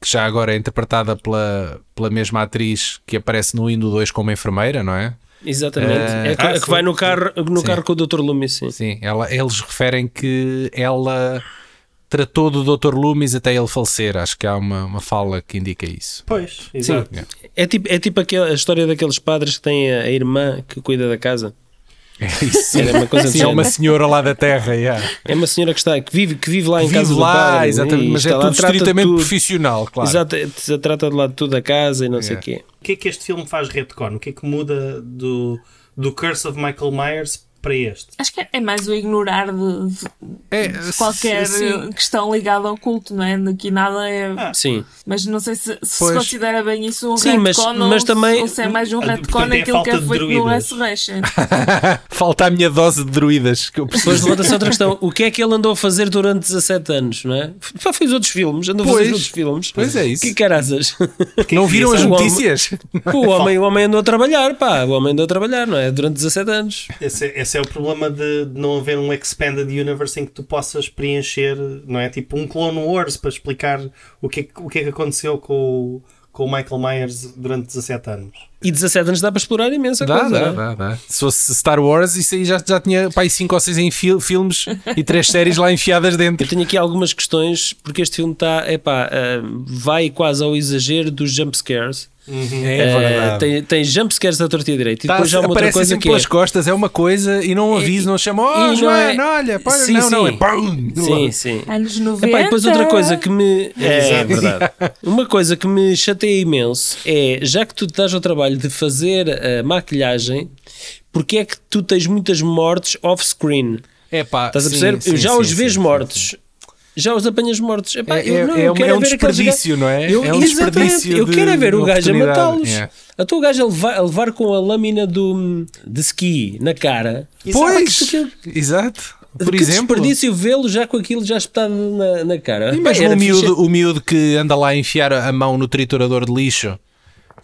S2: que já agora é interpretada pela, pela mesma atriz que aparece no Indo 2 como enfermeira, não é?
S1: Exatamente.
S2: Ah,
S1: é que,
S4: ah,
S1: é que
S4: sim.
S1: vai no carro, no
S2: Sim.
S1: carro com o Dr. Loomis, sim.
S2: Sim, ela, eles referem que ela tratou do Dr. Loomis até ele falecer. Acho que há uma, uma fala que indica isso.
S4: Pois, exato.
S1: É tipo, é tipo aquela, a história daqueles padres que têm a, a irmã que cuida da casa.
S2: É isso.
S1: Era uma coisa do
S2: Sim, é uma
S1: género.
S2: senhora lá da Terra, yeah.
S1: É uma senhora que, está, que, vive, que vive lá em casa
S2: vive
S1: do
S2: lá,
S1: padre. né?
S2: exatamente,
S1: e
S2: mas é
S1: está lá,
S2: tudo
S1: trata de
S2: estritamente
S1: tudo.
S2: profissional, claro.
S1: Exato, é, se trata de lá de tudo a casa e não sei o
S2: É.
S1: quê.
S4: O que é que este filme faz retcon? O que é que muda do, do Curse of Michael Myers para este?
S3: Acho que é mais o ignorar de, de
S2: É,
S3: qualquer eh,
S2: sim.
S3: questão ligada ao culto, não é? Daqui nada é.
S4: Ah,
S1: Sim.
S3: Mas não sei se, se
S2: Pois.
S3: se considera bem isso um
S1: Sim, mas-
S3: retcon ou
S1: mas
S3: se-
S1: também-
S3: ou se é mais um
S4: Ah,
S3: retcon
S4: portanto, é a
S3: naquilo que é
S4: falta de
S3: feito no
S4: druidas.
S3: Resurrection.
S2: Falta a minha dose de druidas que eu
S1: Depois
S2: preciso.
S1: levanta-se outra questão. O que é que ele andou a fazer durante 17 anos, não é? Só fez outros filmes, andou a
S2: Pois.
S1: fazer outros filmes.
S2: Pois é isso.
S1: Que caraças.
S2: Não é um viram as
S4: é um
S1: São homem-
S2: notícias?
S1: O homem, o homem andou a trabalhar, pá. O homem andou a trabalhar, não é? Durante 17 anos.
S4: Esse, é- esse é o problema de, de não haver um expanded universe em que tu possas preencher, não é? Tipo um Clone Wars para explicar o que é, que- o que, é que aconteceu com o, com o Michael Myers durante 17 anos.
S1: E 17 anos dá para explorar imensa
S2: Dá,
S1: coisa. não
S2: dá,
S1: é?
S2: dá, dá. Se fosse Star Wars, isso aí já, já tinha pá, 5 ou 6 em fil- filmes e três séries lá enfiadas
S1: Eu
S2: dentro.
S1: tenho aqui algumas questões, porque este filme está, epá, ah, vai quase ao exagero dos jumpscares.
S2: É
S1: tem, tem jumpscares da torta e direita. E
S2: Tá,
S1: depois já há uma outra
S2: aparece
S1: coisa
S2: sempre
S1: que é.
S2: pelas costas, é uma coisa e não avisa, não chama,
S1: e
S2: oh
S1: não
S2: Joana,
S1: é-
S2: olha, pá,
S1: Sim,
S2: não, não, é
S1: sim.
S2: BAM!
S1: Sim, sim.
S3: Anos 90.
S1: Epá, e depois outra coisa que me. É,
S4: Exato.
S1: verdade. Uma coisa que me chateia imenso é, já que tu estás ao trabalho de fazer a maquilhagem, porque é que tu tens muitas mortes off-screen?
S2: É pá,
S1: Estás a
S2: sim,
S1: perceber?
S2: sim,
S1: eu já
S2: sim,
S1: os
S2: sim,
S1: vejo
S2: sim,
S1: mortos. Já os apanhas mortos. Epá,
S2: É-
S1: eu não,
S2: é-
S1: eu
S2: é um-
S1: quero
S2: é um
S1: ver aqueles
S2: desperdício,
S1: gajos-
S2: não é?
S1: Eu,
S2: É um
S1: exatamente,
S2: desperdício
S1: Eu quero é
S2: de-
S1: ver o
S2: de
S1: gajo a
S2: oportunidade,
S1: matá-los.
S2: é.
S1: Então o gajo a levar, a levar com a lâmina do, de ski na cara.
S2: Pois, exato. Por
S1: que
S2: exemplo.
S1: desperdício vê-lo já com aquilo já espetado na, na cara.
S2: E
S1: Bem,
S2: mesmo
S1: era
S2: o
S1: fixe.
S2: miúdo, o miúdo que anda lá a enfiar a mão no triturador de lixo,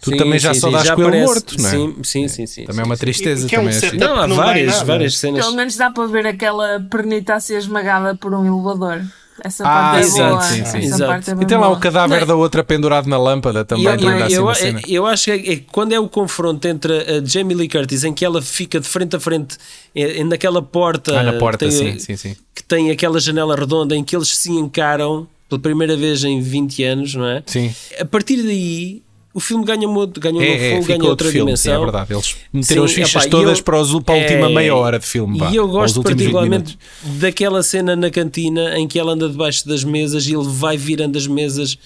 S2: tu
S1: Sim,
S2: também já
S1: sim,
S2: só
S1: sim,
S2: dás
S1: já
S2: com ele
S1: aparece.
S2: morto, não é?
S1: Sim, sim, sim. sim,
S2: Também é uma
S1: sim.
S2: tristeza.
S4: E que é um
S2: também é
S4: setup-
S2: assim.
S1: Não, há
S4: Não dá em
S1: várias,
S4: nada.
S1: várias cenas.
S3: Pelo menos dá para ver aquela pernita a ser esmagada por um elevador. Essa
S2: Ah,
S3: parte é
S2: exato,
S3: boa.
S2: sim, sim.
S3: Essa
S1: Exato.
S3: parte é
S2: E
S3: bem
S2: tem lá
S3: boa.
S2: o cadáver da outra pendurado na lâmpada
S1: E
S2: também.
S1: eu,
S2: também dá
S1: eu-
S2: assim uma
S1: eu-
S2: cena.
S1: eu acho que é- é quando é o confronto entre a, a Jamie Lee Curtis, em que ela fica de frente a frente, é, é naquela porta,
S2: Ah, na
S1: eh,
S2: porta,
S1: tem-
S2: sim, sim, sim.
S1: que tem aquela janela redonda em que eles se encaram pela primeira vez em 20 anos, não é?
S2: Sim.
S1: A partir daí, o filme ganha, uma, outra- ganha um novo
S2: É, é,
S1: fogo,
S2: fica
S1: ganha
S2: outro
S1: outra
S2: filme, sim,
S1: dimensão.
S2: é verdade. Eles meteram
S1: Sim,
S2: as fichas
S1: epá, e
S2: todas
S1: eu-
S2: para, os, para a última
S1: é,
S2: meia hora de filme. vá,
S1: E eu
S2: ou os
S1: gosto
S2: últimos 20
S1: particularmente
S2: minutos.
S1: daquela cena na cantina em que ela anda debaixo das mesas e ele vai virando as mesas,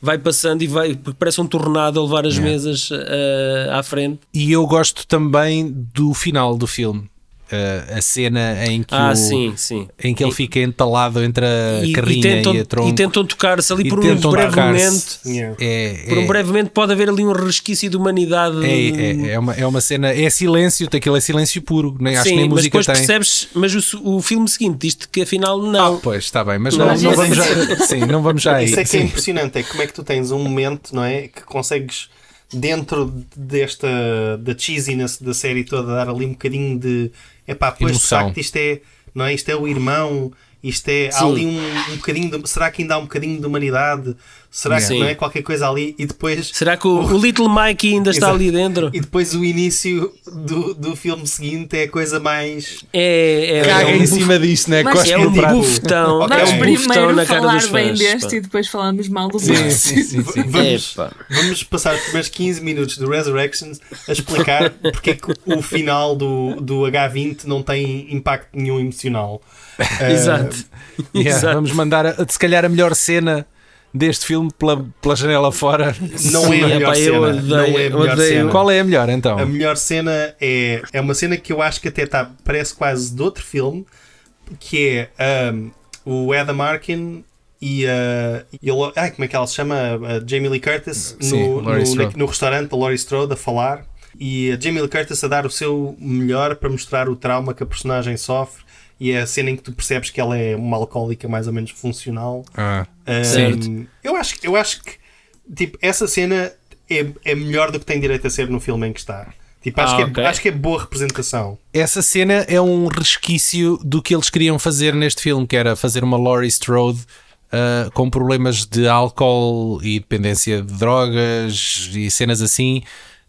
S1: vai passando e vai, porque parece um tornado a levar as mesas eh, à frente.
S2: E eu gosto também do final do filme. Eh, a cena em que,
S1: ah,
S2: o-
S1: sim, sim.
S2: Em que ele fica entalado entre a carrinha e,
S1: tentam,
S2: a tronco.
S1: e tentam tocar-se ali
S2: e
S1: por um
S2: tentam
S1: breve
S2: tocar-se.
S1: momento.
S4: Yeah.
S2: É,
S1: Por
S2: é,
S1: um breve momento pode haver ali um resquício de humanidade.
S2: é, é, é uma, é uma cena. É silêncio, aquilo é silêncio puro. Nem, acho que
S1: Sim,
S2: nem
S1: mas
S2: música
S1: depois
S2: tem.
S1: percebes, mas o, se- o filme seguinte diz-te que afinal
S2: Ah,
S1: não.
S2: pois, está bem, mas
S1: Não,
S2: não,
S3: mas
S2: não
S3: isso-
S2: vamos já. Sim, não vamos já aí.
S4: Isso é que é
S2: Sim.
S4: impressionante, é como é que tu tens um momento, não é? Que consegues, dentro desta da cheesiness da série toda, dar ali um bocadinho de epá, pois de
S2: Emoção.
S4: facto isto é, não é? Isto é o irmão, isto é. Há
S1: Sim.
S4: ali um, um bocadinho de, Será que ainda há um bocadinho de humanidade? Será que
S1: Sim.
S4: não é qualquer coisa ali? E depois.
S1: Será que o, o Little Mikey ainda está
S4: Exato.
S1: ali dentro?
S4: E depois o início do, do filme seguinte é a coisa mais.
S1: É, é,
S2: Caga
S1: é
S2: em
S1: um
S2: cima disto, né?
S3: Mas
S2: Cospe
S1: É
S2: no
S1: um
S2: prato.
S1: bufetão,
S4: Ok.
S1: é
S3: Vamos
S1: um bufetão
S3: primeiro
S1: na cara
S3: falar
S1: dos
S3: bem
S1: fãs.
S3: deste
S1: pá.
S3: e depois falamos mal do
S2: Sim,
S3: filme.
S2: sim, sim, sim.
S4: Vamos,
S1: Epá.
S4: vamos passar os primeiros 15 minutos do Resurrections a explicar porque é que o final do, do H20 não tem impacto nenhum emocional. Ah,
S1: Exato.
S2: Yeah,
S1: Exato.
S2: Vamos mandar, a- se calhar, a melhor cena deste filme pela, pela janela fora.
S4: Não é a melhor
S1: Epá, eu
S4: cena.
S1: odeio-
S4: não é a melhor
S1: odeio-
S4: cena.
S2: Qual é a melhor então?
S4: A melhor cena é, é uma cena que eu acho que até tá, parece quase de outro filme, que é ahm, o Adam Arkin e a. e a Lo- ai, como é que ela se chama? A Jamie Lee Curtis
S2: Sim,
S4: no,
S2: Laurie
S4: no-
S2: Strode.
S4: no restaurante da Laurie Strode a falar e a Jamie Lee Curtis a dar o seu melhor para mostrar o trauma que a personagem sofre. E é a cena em que tu percebes que ela é uma alcoólica mais ou menos funcional.
S2: Ah,
S4: Um,
S1: Certo.
S4: Eu acho, eu acho que tipo, essa cena é, é melhor do que tem direito a ser no filme em que está. Tipo, acho,
S1: Ah,
S4: que é,
S1: ok.
S4: acho que é boa representação.
S2: essa cena é um resquício do que eles queriam fazer neste filme, que era fazer uma Laurie Strode ah, com problemas de álcool e dependência de drogas e cenas assim.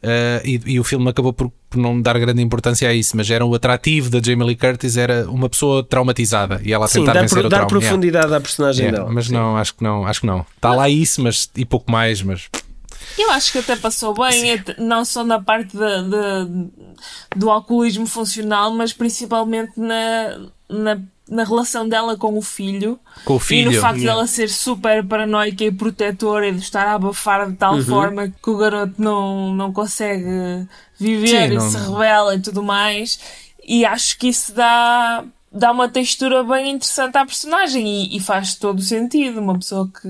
S2: ah, e, e o filme acabou por, por não dar grande importância a isso, mas era o atrativo da Jamie Lee Curtis, era uma pessoa traumatizada e ela a
S1: Sim,
S2: tentar
S1: dar,
S2: vencer
S1: pro-
S2: o
S1: dar
S2: trauma. yeah.
S1: profundidade à personagem
S2: É,
S1: dela.
S2: mas
S1: Sim.
S2: não, acho que não, acho que não. Está lá isso, mas e pouco mais, mas
S3: Eu acho que até passou bem, até- não só na parte da- da- do alcoolismo funcional, mas principalmente na, na, na relação dela com o filho.
S2: com o
S3: E no
S2: filho.
S3: facto
S4: yeah.
S3: dela ser super paranoica e protetora e de estar a abafar de tal forma que o garoto não, não consegue viver
S2: Sim,
S3: e
S2: não-
S3: se rebela e tudo mais. E acho que isso dá, dá uma textura bem interessante à personagem e, e faz todo o sentido. Uma pessoa que,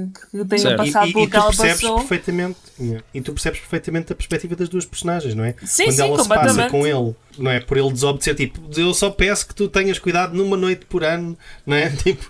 S3: que tenha
S1: Certo.
S4: E,
S3: passado
S4: e-
S3: pelo
S4: e
S3: que
S4: tu
S3: ela
S4: percebes
S3: passou.
S4: perfeitamente yeah, e tu percebes perfeitamente a perspectiva das duas personagens, não é?
S3: Sim,
S4: Quando
S3: sim,
S4: ela se passa
S3: completamente.
S4: com ele, não é? Por ele desobedecer, tipo, eu só peço que tu tenhas cuidado numa noite por ano, não é? Tipo,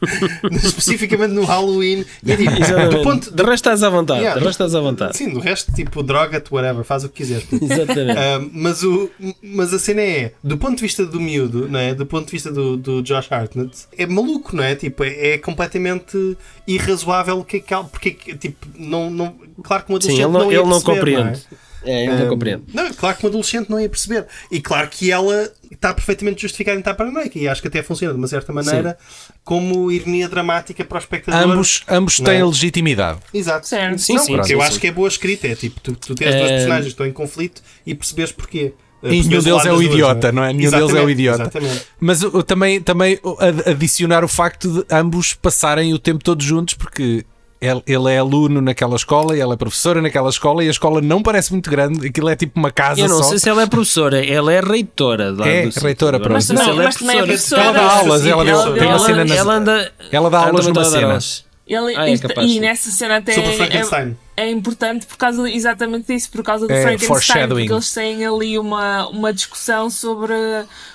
S4: especificamente no Halloween. E é tipo,
S1: Exatamente.
S4: do ponto,
S1: De resto estás à vontade.
S4: Yeah.
S1: De resto estás à vontade.
S4: sim, do resto, tipo, droga-te, whatever, faz o que quiseres. puto.
S1: Exatamente.
S4: Um, mas, o, mas a cena é, do ponto de vista do miúdo, não é? do ponto de vista do, do Josh Hartnett, é maluco, não é? Tipo, é, é completamente irrazoável que, que porque que, tipo, não, não, claro que um
S1: Sim,
S4: adolescente
S1: ele não,
S4: ia
S1: ele não
S4: perceber,
S1: compreende.
S4: é?
S1: É, ele não
S4: Um,
S1: compreende.
S4: não, claro que um adolescente não ia perceber. E claro que ela está perfeitamente justificada em estar paranoica. E acho que até funciona de uma certa maneira como ironia dramática para o espectador.
S2: Ambos, ambos
S4: Não é?
S2: têm legitimidade.
S4: Exato.
S3: Certo.
S1: Sim,
S4: não,
S1: sim,
S4: porque
S1: sim,
S4: eu
S1: sim.
S4: acho que é boa escrita. É tipo, tu, tu tens dois
S1: Eh,
S4: personagens que estão em conflito e percebes porquê. Eh,
S2: E nenhum
S4: percebes
S2: deles
S4: lado
S2: é o
S4: das duas,
S2: idiota, não é? Nenhum deles é o
S4: Exatamente,
S2: idiota.
S4: Exatamente.
S2: Mas o- o- também, também o- ad- adicionar o facto de ambos passarem o tempo todo juntos, porque ele, ele é aluno naquela escola e ela é professora naquela escola e a escola não parece muito grande, aquilo é tipo uma casa
S1: Eu não
S2: só.
S1: sei se ela é professora, ela é reitora. lá
S2: É,
S1: do sítio.
S2: reitora,
S1: Agora, não
S2: pronto.
S1: sei se
S3: Mas
S1: ela
S3: também- mas também é
S1: professora.
S3: professora.
S2: Ela dá aulas, ela deu-
S1: Ela,
S2: tem uma
S1: ela-
S2: cena nas-
S1: ela anda.
S2: Ela dá
S1: anda
S2: aulas
S1: muito
S2: numa
S1: a dar
S2: cena.
S1: aulas.
S3: Ele,
S1: Ah, é
S3: isto-
S1: capaz,
S3: e
S1: sim.
S3: nessa cena até
S4: Sobre
S3: é-
S4: Frankenstein.
S3: é importante por causa exatamente disso, por causa do
S2: É,
S3: Frankenstein,
S2: foreshadowing.
S3: porque eles têm ali uma, uma discussão sobre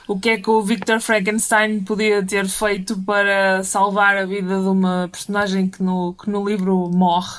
S3: o que é que o Victor Frankenstein podia ter feito para salvar a vida de uma personagem que no, que no livro morre.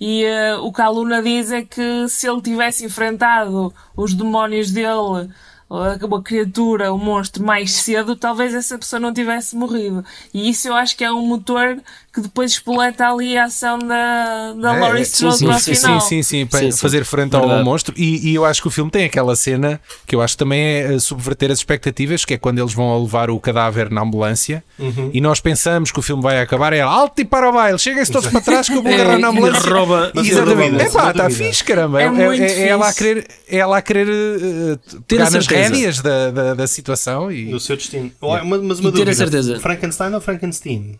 S3: E eh, o que a Luna diz é que se ele tivesse enfrentado os demónios dele, a- uma criatura, um monstro mais cedo, talvez essa pessoa não tivesse morrido. E isso eu acho que é um motor que depois espoleta ali a ação da, da
S2: É,
S3: Laurie
S2: é,
S3: Strode
S1: sim,
S3: no
S1: sim,
S3: final.
S2: Sim, sim, sim, para
S1: Sim, sim.
S2: fazer frente ao
S1: Verdade.
S2: monstro. E, e eu acho que o filme tem aquela cena que eu acho que também é eh, subverter as expectativas, que é quando eles vão a levar o cadáver na ambulância
S4: Uhum.
S2: e nós pensamos que o filme vai acabar, é alto e para o baile, cheguem-se todos para trás que eu vou agarrar na ambulância.
S1: É, rouba.
S4: Mas eu
S2: Exatamente.
S4: duvido,
S2: É pá,
S4: eu
S2: está
S4: duvido.
S2: fixe, caramba.
S3: É
S2: É, é-
S3: muito
S2: é ela a
S3: fixe.
S2: querer, é ela a querer eh,
S1: Ter a
S2: pegar nas
S1: certeza.
S2: rédeas da, da, da situação e
S4: Do seu destino. Ou é uma- mas uma
S1: E ter a
S4: dúvida.
S1: certeza.
S4: Frankenstein ou Frankenstein?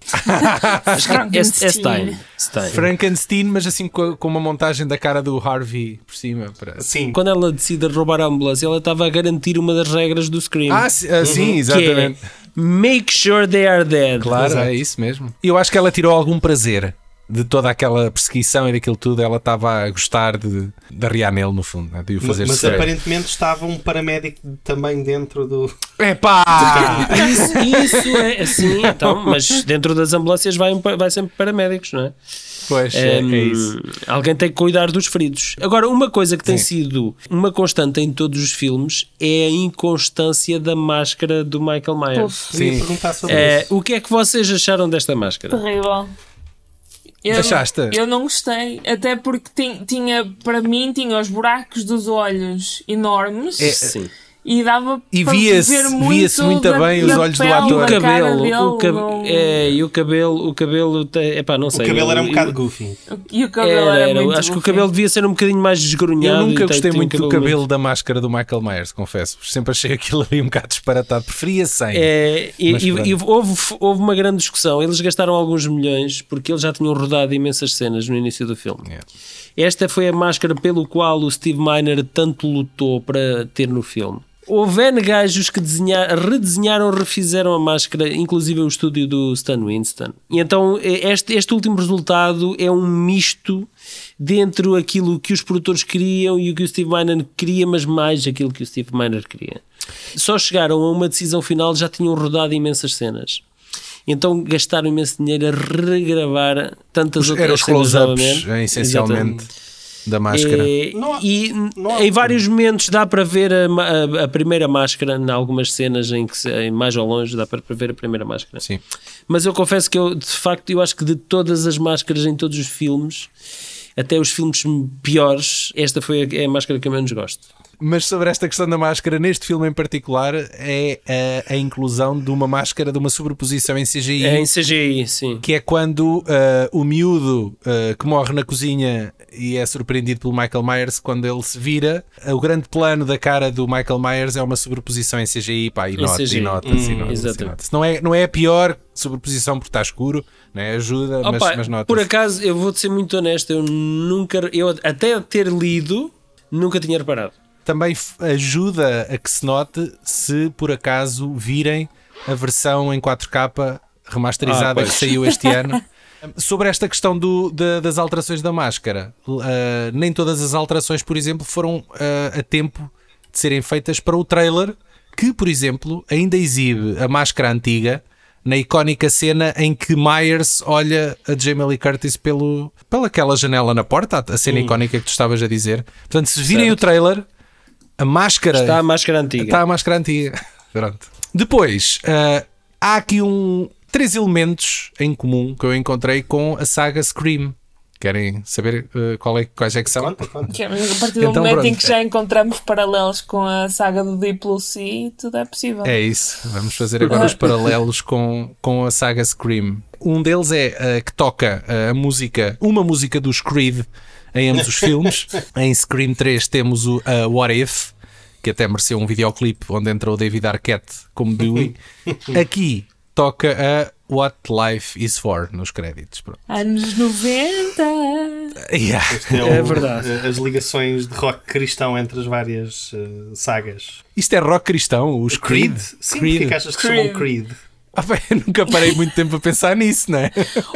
S1: Acho que é, é Stein. Stein.
S2: Frankenstein, mas assim co- com, uma montagem da cara do Harvey por cima. para-
S4: Sim.
S1: Quando ela decide roubar a ambulância, ela estava a garantir uma das regras do Scream.
S2: Ah, si-
S4: uhum.
S2: ah, sim, exatamente.
S1: Que é, Make sure they are dead.
S2: Claro,
S4: Exato.
S2: é isso mesmo. Eu acho que ela tirou algum prazer de toda aquela perseguição e daquilo tudo. Ela estava a gostar de, de arriar nele, no fundo, né? de o
S4: Mas,
S2: fazer
S4: mas
S2: sofrer.
S4: aparentemente estava um paramédico também dentro do.
S2: É pá!
S1: Isso, isso é assim, então, mas dentro das ambulâncias vai, um pa- vai sempre paramédicos, não é?
S2: Pois é, é
S1: Hum,
S2: isso.
S1: Alguém tem que cuidar dos feridos. Agora, uma coisa que tem sido uma constante em todos os filmes é a inconstância da máscara do Michael Myers.
S3: Puf,
S4: Sim.
S2: É, Sim.
S4: Ia perguntar sobre
S1: É,
S4: isso.
S1: o que é que vocês acharam desta máscara?
S3: terrível. Eu,
S2: Achaste?
S3: Eu não gostei, até porque tin- tinha, para mim, tinha os buracos dos olhos enormes
S1: É, Sim.
S3: e dava
S2: É, E
S3: para
S2: via-se-
S3: ver muito
S2: via-se muito
S3: da-
S2: bem os
S3: da
S2: olhos do
S3: pele,
S1: E o
S2: ator.
S3: da cara
S1: cabelo,
S3: dele,
S1: o cab-
S3: não-
S1: é, e o cabelo, o cabelo, tem, epá, não
S4: O
S1: sei.
S4: cabelo era um
S1: eu-
S4: bocado goofy.
S3: E o cabelo
S1: Era,
S3: era,
S1: era.
S3: muito
S1: Acho que o
S3: bufo.
S1: cabelo devia ser um bocadinho mais desgrunhado.
S2: Eu
S1: e
S2: nunca
S1: tem- tem
S2: gostei
S1: um
S2: muito do cabelo da máscara do Michael Myers, confesso. Sempre achei aquilo ali um bocado disparatado. Preferia sem.
S1: É, e,
S2: Mas
S1: e-
S2: pronto.
S1: e houve, houve uma grande discussão. Eles gastaram alguns milhões porque eles já tinham rodado imensas cenas no início do filme.
S2: Yeah.
S1: Esta foi a máscara pelo qual o Steve Miner tanto lutou para ter no filme. Houve N gajos que desenha- redesenharam, refizeram a máscara, inclusive o estúdio do Stan Winston. E então eh, este, este último resultado é um misto dentro aquilo que os produtores queriam e o que o Steve Miner queria, mas mais aquilo que o Steve Miner queria. Só chegaram a uma decisão final, já tinham rodado imensas cenas. Então gastaram imenso dinheiro a regravar tantas outras
S2: Eram os
S1: cenas
S2: close-ups,
S1: novamente.
S2: eh, essencialmente, da máscara.
S1: É,
S4: Não há-
S1: e
S4: não há-
S1: em vários momentos dá para ver a, ma- a- a primeira máscara, em algumas cenas em que se- em mais ao longe dá para ver a primeira máscara.
S2: Sim.
S1: Mas eu confesso que eu, de facto, eu acho que de todas as máscaras em todos os filmes, até os filmes piores, esta foi a, é a máscara que eu menos gosto.
S2: Mas sobre esta questão da máscara, neste filme em particular, é a, a inclusão de uma máscara, de uma sobreposição em CGI.
S1: É em CGI, sim.
S2: que é quando ah, o miúdo ah, que morre na cozinha e é surpreendido pelo Michael Myers, quando ele se vira, ah, o grande plano da cara do Michael Myers é uma sobreposição em CGI, pá, e nota,
S1: CGI.
S2: e nota-se, e
S1: Hum,
S2: nota-se,
S1: exatamente.
S2: e nota-se. Não é, não é a pior sobreposição porque está escuro, né? ajuda,
S1: Opa,
S2: mas, mas nota
S1: por acaso, eu vou-te ser muito honesto, eu nunca, eu até ter lido, nunca tinha reparado.
S2: Também f- ajuda a que se note se por acaso virem a versão em 4K
S1: Ah,
S2: remasterizada
S1: pois.
S2: que saiu este ano. Sobre esta questão do- da- das alterações da máscara, eh, nem todas as alterações, por exemplo, foram eh, a tempo de serem feitas para o trailer, que, por exemplo, ainda exibe a máscara antiga na icónica cena em que Myers olha a Jamie Lee Curtis pelo, pela aquela janela na porta, a
S1: Hum.
S2: cena icónica que tu estavas a dizer. Portanto, se virem o trailer, a máscara
S1: Está a máscara antiga.
S2: Está a máscara antiga. Pronto. Depois, ah, há aqui um três elementos em comum que eu encontrei com a saga Scream. Querem saber ah, qual é- quais é que
S1: Então,
S2: são?
S4: Conta, conta.
S3: Que é mesmo a partir do
S2: Então,
S3: momento em
S2: pronto.
S3: que já encontramos paralelos com a saga do Diplo C, tudo é possível.
S2: É isso. Vamos fazer agora
S1: é?
S2: os paralelos com, com a saga Scream. Um deles é ah, que toca ah, a música, uma música dos Creed em ambos os filmes. Em Scream 3 temos o ah, What If, que até mereceu um videoclipe onde entra o David Arquette como Dewey. Aqui toca a What Life Is For nos créditos. Pronto.
S3: Anos 90.
S2: Yeah.
S1: É verdade.
S4: eh, As ligações de rock cristão entre as várias eh, sagas.
S2: Isto é rock cristão, os Creed.
S4: Sim, porque é que achas que se chamam Creed?
S2: Ah, bem, eu nunca parei muito tempo a pensar nisso, não é?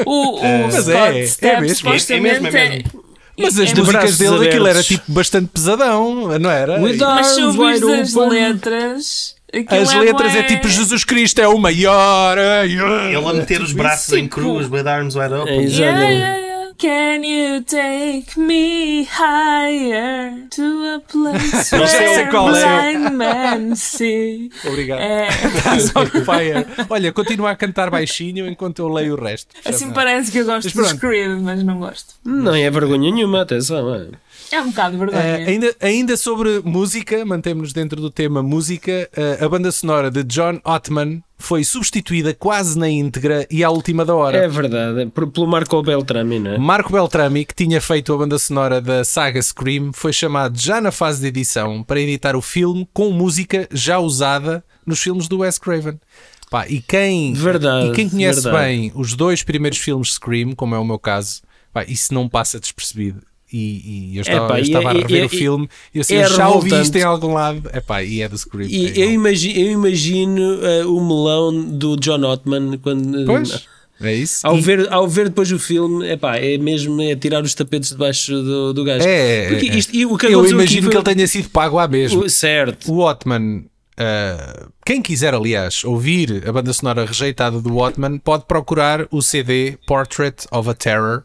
S3: O, o
S2: Mas
S3: Scott
S2: é, é
S3: Stapp,
S2: mesmo.
S3: supostamente,
S4: É mesmo, é mesmo.
S2: Mas
S3: é-
S2: as
S3: é-
S2: músicas
S1: braços
S2: dele, aquilo era
S1: abertos.
S2: tipo bastante pesadão, não era?
S1: With
S3: Mas se
S1: arms wide
S3: ouvires as
S1: open.
S3: letras. aquilo
S2: um As letras é
S3: bué-
S2: tipo Jesus Cristo é o maior. ai, ai.
S4: Ele a meter os braços em
S3: tipo-
S4: cruz, with arms wide
S1: É,
S4: open.
S1: exato.
S3: Yeah, yeah, yeah. Can you take me higher to a place
S4: Não sei
S3: where
S2: qual é. Tá
S3: blind men see?
S2: Obrigado.
S3: É,
S2: Eyes on fire. é. Olha, continua a cantar baixinho enquanto eu leio o resto.
S3: assim
S2: Percebe?
S3: parece que eu gosto dos
S2: Mas pronto.
S3: Creed, mas não gosto.
S1: Não é vergonha nenhuma, atenção. É.
S3: É um bocado de vergonha.
S2: Eh, ainda, ainda sobre música, mantemos-nos dentro do tema música. eh, a banda sonora de John Ottman foi substituída quase na íntegra e à última da hora.
S1: É verdade, é por- pelo Marco Beltrami, não é?
S2: Marco Beltrami, que tinha feito a banda sonora da saga Scream, foi chamado já na fase de edição para editar o filme com música já usada nos filmes do Wes Craven. Pá, e quem,
S1: Verdade,
S2: e quem conhece
S1: verdade.
S2: bem os dois primeiros filmes de Scream, como é o meu caso, pá, isso não passa despercebido. E, e eu estava,
S1: Epá, e-
S2: eu
S1: é-
S2: estava a
S1: e-
S2: rever
S1: e-
S2: o filme e eu, assim,
S1: é
S2: eu já ouvi isto
S1: revoltante.
S2: em algum lado. Epá, e é do Scream.
S1: E
S2: é
S1: eu
S2: igual.
S1: imagino, eu imagino eh, o melão do John Ottman quando.
S2: Pois, é isso.
S1: Ao
S2: E-
S1: ver, ao ver depois o filme, epá, é mesmo é tirar os tapetes debaixo do, do gajo.
S2: É,
S1: Porque
S2: é, é.
S1: isto, e o que
S2: eu
S1: aconteceu
S2: imagino
S1: aqui
S2: que
S1: foi-
S2: ele tenha sido pago à mesma.
S1: o- Certo.
S2: O Otman, ah, quem quiser, aliás, ouvir a banda sonora rejeitada do Otman, pode procurar o CD Portrait of a Terror.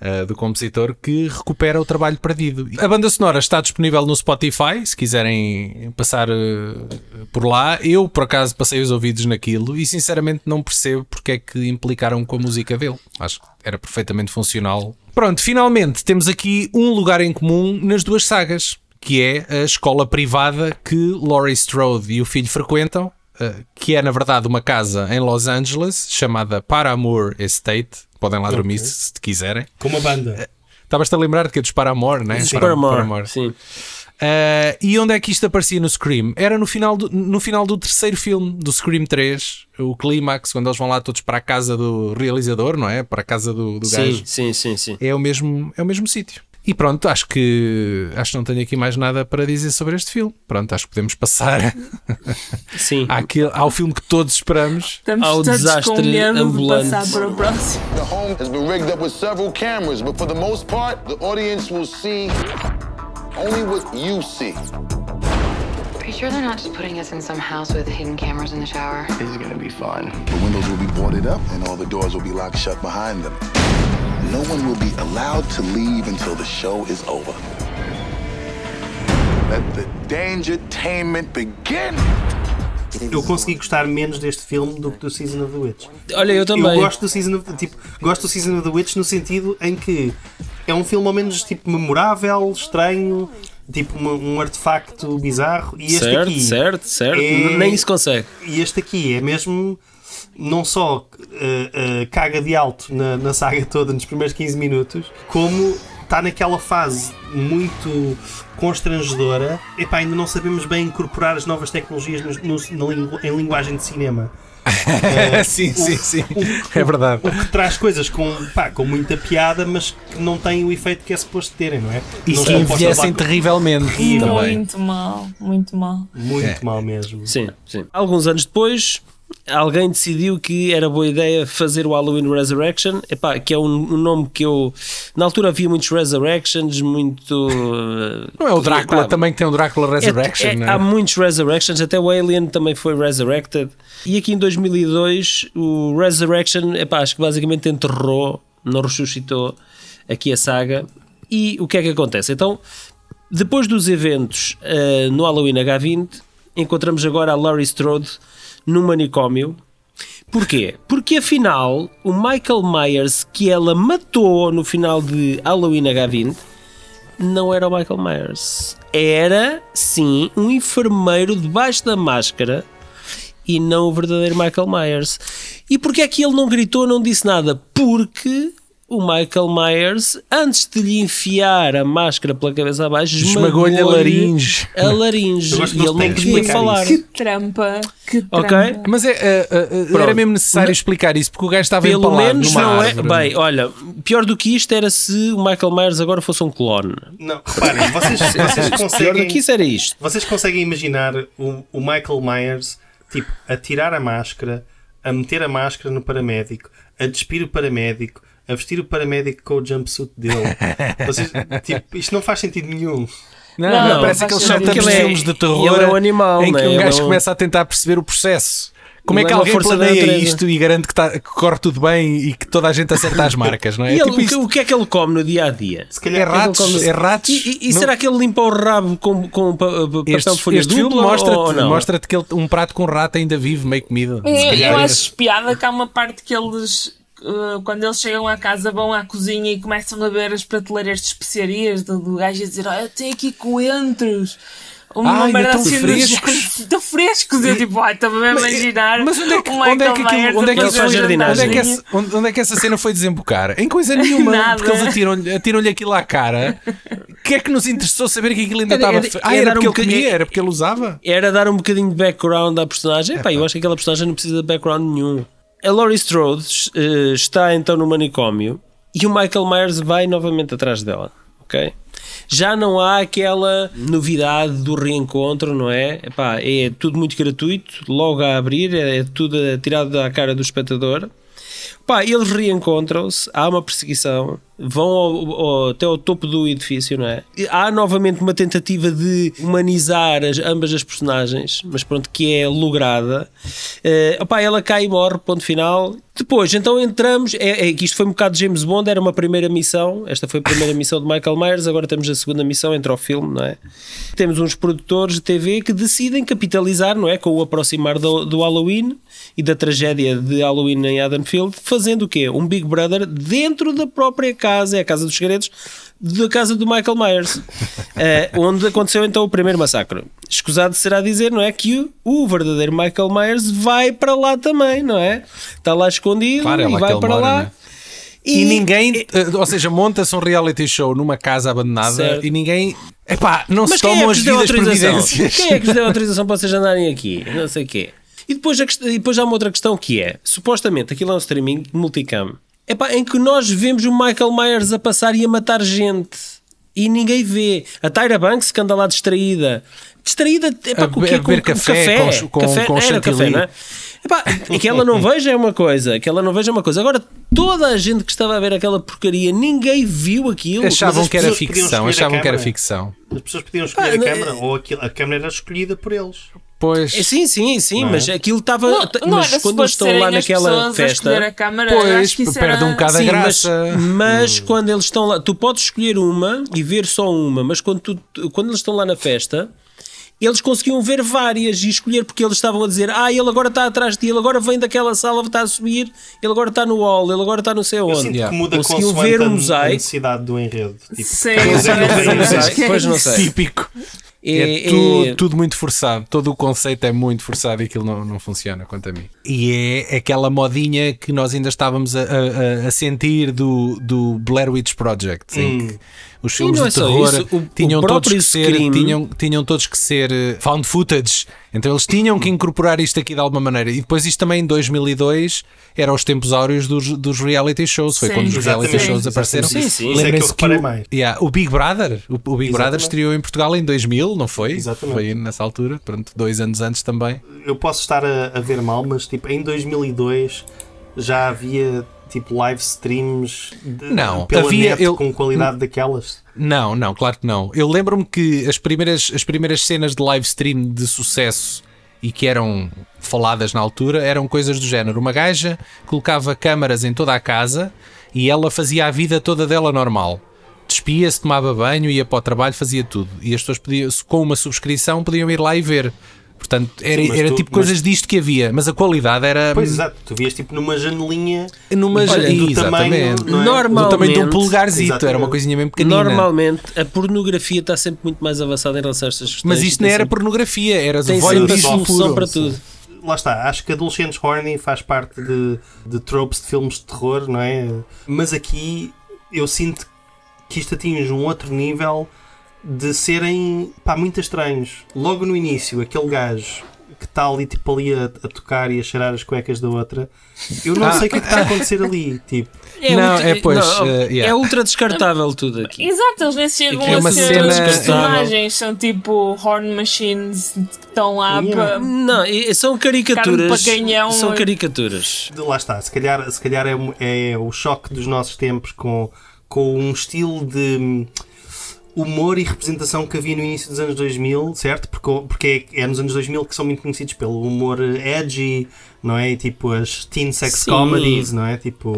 S2: ah, do compositor que recupera o trabalho perdido. A banda sonora está disponível no Spotify, se quiserem passar ah, por lá. Eu, por acaso, passei os ouvidos naquilo e sinceramente não percebo porque é que implicaram com a música dele. Acho que era perfeitamente funcional. Pronto, finalmente temos aqui um lugar em comum nas duas sagas que é a escola privada que Laurie Strode e o filho frequentam, eh, que é na verdade uma casa em Los Angeles chamada Paramour Estate. Podem lá dormir se se quiserem.
S4: Com uma banda.
S2: Estavas-te a lembrar de que é dos Paramore, né? Para-
S1: Paramore, Sim.
S2: Eh, e onde é que isto aparecia no Scream? Era no final, do, no final do terceiro filme, do Scream 3, o clímax, quando eles vão lá todos para a casa do realizador, não é? Para a casa do, do gajo
S1: Sim, sim, sim, sim.
S2: é o mesmo, é o mesmo sítio. E pronto, acho que acho que não tenho aqui mais nada para dizer sobre este filme. Pronto, acho que podemos passar
S1: Sim.
S2: àquele, ao filme que todos esperamos.
S3: Estamos
S1: Ao
S3: todos com
S1: desastre
S3: medo
S1: ambulante.
S3: de passar para o próximo.
S5: The home has been rigged up with several cameras, but for the most part, the audience will see only what you see.
S6: Are you sure they're not just putting us in some house with hidden cameras in the shower?
S5: This is gonna be fun. The windows will be boarded up and all the doors will be locked shut behind them. No one will be allowed to leave until the show is over. Let the dangertainment begin!
S4: Eu consegui gostar menos deste filme do que do Season of the Witch.
S1: Olha, eu também.
S4: Eu gosto do Season of, tipo, gosto do Season of the Witch no sentido em que é um filme ao menos tipo memorável, estranho, tipo um, um artefacto bizarro e este
S1: certo,
S4: aqui
S1: certo, certo.
S4: é-
S1: Nem isso consegue.
S4: e este aqui é mesmo não só eh, eh, caga de alto na, na saga toda nos primeiros 15 minutos, como está naquela fase muito constrangedora. Epá, ainda não sabemos bem incorporar as novas tecnologias nos- no- na lingu- em linguagem de cinema.
S2: sim, sim, sim. É verdade.
S4: O que traz coisas com, pá, com muita piada, mas que não têm o efeito que é suposto terem, não é?
S2: E
S4: não
S2: que
S4: são postas
S2: envelhecem
S4: lá-
S2: terrivelmente Então, é. também.
S3: Muito mal, muito mal.
S4: Muito mal mesmo.
S1: Sim, sim. Alguns anos depois, alguém decidiu que era boa ideia fazer o Halloween Resurrection, Epá, que é um, um nome que eu. Na altura havia muitos Resurrections, muito. eh,
S2: Não é o Drácula
S1: epá,
S2: também que tem o Drácula Resurrection,
S1: é- é-
S2: não é?
S1: Há muitos Resurrections, até o Alien também foi Resurrected. E aqui em 2002, o Resurrection, epá, acho que basicamente enterrou, não ressuscitou aqui a saga. E o que é que acontece? Então, depois dos eventos eh, no Halloween H20, encontramos agora a Laurie Strode no manicômio. Porquê? Porque afinal, o Michael Myers que ela matou no final de Halloween H20 não era o Michael Myers. Era, sim, um enfermeiro debaixo da máscara e não o verdadeiro Michael Myers. E porquê é que ele não gritou, não disse nada? Porque o Michael Myers, antes de lhe enfiar a máscara pela cabeça abaixo,
S2: Esmagou-lhe a laringe.
S1: A laringe.
S4: Eu gosto
S1: E
S4: que
S1: ele
S4: eles têm
S1: não
S4: que
S1: podia
S4: explicar
S1: falar.
S3: Que trampa, que
S1: Ok.
S3: trampa.
S2: Mas é, eh, eh, era
S1: Pronto.
S2: mesmo necessário explicar isso porque o gajo estava
S1: Pelo
S2: empalado
S1: menos
S2: numa
S1: não é.
S2: árvore.
S1: Bem, olha, pior do que isto era se o Michael Myers agora fosse um clone.
S4: Não, reparem, vocês, vocês
S1: É, Pior do
S4: conseguem.
S1: que isso era isto.
S4: Vocês conseguem imaginar o, o Michael Myers tipo a tirar a máscara, a meter a máscara no paramédico, a despir o paramédico, a vestir o paramédico com o jumpsuit dele. Vocês, tipo, isto não faz sentido nenhum.
S3: Não,
S2: Não, não,
S3: não
S2: parece
S3: faz
S2: aqueles
S3: sentido.
S2: setups de
S1: Ele é-
S2: filmes de terror
S1: ele é um animal,
S2: em que
S1: né?
S2: um
S1: Ele
S2: gajo
S1: é um-
S2: começa a tentar perceber o processo. Como é
S1: Ele
S2: que
S1: é uma
S2: alguém
S1: força da
S2: planeia
S1: natureza.
S2: isto e garante que, tá- que corre tudo bem e que toda a gente acerta as marcas, não é?
S1: E
S2: É
S1: ele,
S2: tipo
S1: o, que,
S2: isto.
S1: o que é que ele come no dia a dia?
S4: Se
S2: É
S4: calhar
S2: ratos, é ratos.
S1: E, e- e
S2: Não-
S1: será que ele limpa o rabo com, com pa- pa- papel
S2: este,
S1: de folha
S2: este
S1: dupla
S2: filme
S1: ou
S2: mostra-te
S1: não?
S2: mostra que ele, um prato com rato ainda vive, meio comido.
S3: Eu,
S2: Se calhar
S3: eu
S2: é-
S3: acho piada que há uma parte que eles, eh, quando eles chegam à casa, vão à cozinha e começam a ver as prateleiras de especiarias do, do gajo a dizer: Olha, eu tenho aqui coentros.
S2: Ah,
S3: Uma
S2: ainda
S3: merda
S2: tão
S3: assim do
S2: frescos.
S3: Estão frescos. Eu tipo, ai, estava a imaginar.
S2: Mas onde é que,
S3: o
S2: onde é que
S3: Michael Myers
S2: aquilo, onde é que,
S3: a
S1: Ele
S3: fazer
S2: isso-
S1: faz
S3: um
S2: onde é que
S1: jardinagem.
S2: essa, onde, onde é que essa cena foi desembocar? Em coisa nenhuma,
S3: Nada.
S2: porque eles atiram-lhe atiram aquilo à cara. O que é que nos interessou saber que aquilo ainda
S1: Era-
S2: estava.
S1: era-
S2: fe- Ah,
S1: era
S2: era
S1: um
S2: porque ele
S1: bocadinho-
S2: comia, era porque ele usava.
S1: Era dar um bocadinho de background à personagem. Epá, eu acho que aquela personagem não precisa de background nenhum. A Laurie Strode eh, está então no manicômio e o Michael Myers vai novamente atrás dela, ok? Já não há aquela novidade do reencontro, não é? Epá, é tudo muito gratuito, logo a abrir, é tudo tirado da cara do espectador. Pá, eles reencontram-se, há uma perseguição, vão ao- ao- até ao topo do edifício, não é? E Há novamente uma tentativa de humanizar as- ambas as personagens, mas pronto, que é lograda. Eh, opá, ela cai e morre, ponto final. Depois, então entramos, é, é que isto foi um bocado James Bond, era uma primeira missão, esta foi a primeira missão de Michael Myers, agora temos a segunda missão, entra ao filme, não é? Temos uns produtores de TV que decidem capitalizar, não é? Com o aproximar do, do Halloween e da tragédia de Halloween em Haddonfield, fazendo o quê? Um Big Brother dentro da própria casa, é a Casa dos Segredos, da casa do Michael Myers, eh, onde aconteceu então o primeiro massacre. Escusado será dizer, não é? Que o, o verdadeiro Michael Myers vai para lá também, não é? Está lá escondido
S2: Claro, é
S1: e
S2: lá
S1: vai
S2: que ele
S1: para
S2: mora,
S1: lá.
S2: né? E, ninguém, eh, ou seja, monta-se um reality show numa casa abandonada
S1: Certo.
S2: e ninguém. Epá, não se
S1: Mas quem é
S2: tomam
S1: que
S2: as
S1: vos deu
S2: vidas
S1: autorização?
S2: providências.
S1: Quem é que vos deu autorização para vocês andarem aqui? Não sei o quê. E depois, a quest- e depois há uma outra questão que é: supostamente aquilo é um streaming de multicam epá, em que nós vemos o Michael Myers a passar e a matar gente e ninguém vê. A Tyra Banks que anda lá distraída. Distraída epá,
S2: A
S1: com, o
S2: be-
S1: quê?
S2: a beber
S1: Com- com
S2: café,
S1: café,
S2: com os- com-
S1: café,
S2: com o
S1: era café,
S2: chantilly.
S1: não é? Epá, que ela não veja é uma coisa, que ela não veja é uma coisa. Agora, toda a gente que estava a ver aquela porcaria, ninguém viu aquilo.
S2: Achavam
S4: as
S2: que era
S4: pessoas podiam
S2: ficção,
S4: escolher a
S2: achavam que era
S4: câmara.
S2: ficção.
S4: As pessoas podiam escolher
S1: Ah, não-
S4: a câmera ou aquilo, a câmera era escolhida por eles.
S1: É,
S2: Pois.
S1: Sim, sim, sim, mas aquilo estava.
S3: Não, não
S1: Mas
S3: era
S1: quando eles estão lá naquela
S3: A
S1: festa.
S3: câmara, eu acho
S2: Pois,
S3: que isso
S2: perde
S3: era...
S2: um bocado a
S1: Sim, mas,
S2: graça.
S1: mas quando eles estão lá, tu podes escolher uma e ver só uma, mas quando, tu- tu- quando eles estão lá na festa, eles conseguiam ver várias e escolher porque eles estavam a dizer: Ah, ele agora está atrás de ti, ele agora vem daquela sala, está a subir, ele agora está no hall, ele agora está não sei
S4: Eu
S1: onde.
S4: sinto
S2: yeah.
S4: que muda
S1: Conseguiu
S4: consoante
S1: ver um
S4: a- a
S1: mosaico.
S4: necessidade do enredo. Tipo,
S3: Sim,
S4: eles é que
S3: parece
S4: veem
S3: um
S4: o
S1: Não
S3: mosaico.
S4: enredo.
S1: sei, Pois não sei.
S2: Típico.
S1: É-
S2: É,
S1: é-
S2: tudo, tudo muito forçado, todo o conceito é muito forçado e aquilo não, não funciona quanto a mim. E é aquela modinha que nós ainda estávamos a, a- a- a sentir do, do Blair Witch Project, em que os filmes
S1: não
S2: de
S1: é só
S2: terror
S1: isso, o- o
S2: tinham, todos
S1: próprio
S2: que ser,
S1: Scream-
S2: tinham, tinham todos que ser eh, found footage, então eles tinham que incorporar isto aqui de alguma maneira. E depois isto também em 2002 era os tempos áureos dos, dos reality shows, foi
S3: Sim.
S2: quando os reality
S4: Exatamente,
S2: shows
S4: exatamente.
S2: apareceram.
S1: Sim, sim.
S4: Isso é que eu
S2: Lembrem-se que
S4: reparei
S2: o-
S4: mais.
S2: Yeah, o Big Brother, o, o Big Brother estreou em Portugal em 2000, não foi?
S4: Exatamente.
S2: Foi nessa altura, pronto, dois anos antes também.
S4: Eu posso estar a, a ver mal, mas tipo, em 2002 já havia tipo live streams de,
S2: Não,
S4: pela
S2: havia-
S4: net
S2: eu-
S4: com qualidade daquelas.
S2: Não, não, claro que não. Eu lembro-me que as primeiras, as primeiras cenas de live stream de sucesso e que eram faladas na altura eram coisas do género. Uma gaja colocava câmaras em toda a casa e ela fazia a vida toda dela normal. Despia-se, tomava banho, ia para o trabalho, fazia tudo. E as pessoas podiam, com uma subscrição podiam ir lá e ver. Portanto, era,
S4: Sim, mas
S2: era
S4: tu-
S2: tipo
S4: mas-
S2: coisas disto que havia, mas a qualidade era
S4: Pois exato, tu vias tipo numa janelinha
S2: numa
S1: Olha,
S2: Ih,
S4: do tamanho.
S2: É, exatamente.
S4: não é?
S1: Normal.
S2: do tamanho de um
S1: Normalmente-
S2: polegarzito, era uma
S4: Exatamente.
S2: coisinha mesmo pequenina.
S1: Normalmente a pornografia está sempre muito mais avançada em relação a estas questões.
S2: Mas isto
S1: Tem assim.
S2: não era
S1: sempre-
S2: pornografia, era
S1: tem sempre a
S2: voyeurismo
S1: solução
S2: puro.
S1: para tudo.
S4: Lá está, acho que Adolescentes Horny faz parte de, de tropes de filmes de terror, não é? Mas aqui eu sinto que isto atinge um outro nível de serem pá, muito estranhos. Logo no início, aquele gajo que está ali, tipo, ali a, a tocar e a cheirar as cuecas da outra, eu não
S2: Ah.
S4: sei o que é que está a acontecer ali. Tipo,
S2: Não, é, pois, eh, yeah.
S1: é ultra descartável tudo aqui.
S3: Exato, eles nem chegam
S1: Aquilo
S2: é
S3: a
S2: uma
S3: ser
S2: cena-
S3: os personagens, são tipo horn machines que estão lá
S4: Yeah.
S3: para.
S1: Não, e- são
S3: Carne
S1: caricaturas.
S3: de paganhão.
S1: São caricaturas.
S4: de lá está, se calhar, se calhar é, um- é o choque dos nossos tempos com, com um estilo de hum, humor e representação que havia no início dos anos 2000, certo? Porque, o- porque é, é nos anos 2000 que são muito conhecidos pelo humor edgy, não é? E, Tipo as teen sex
S1: Sim.
S4: comedies, não é? Tipo,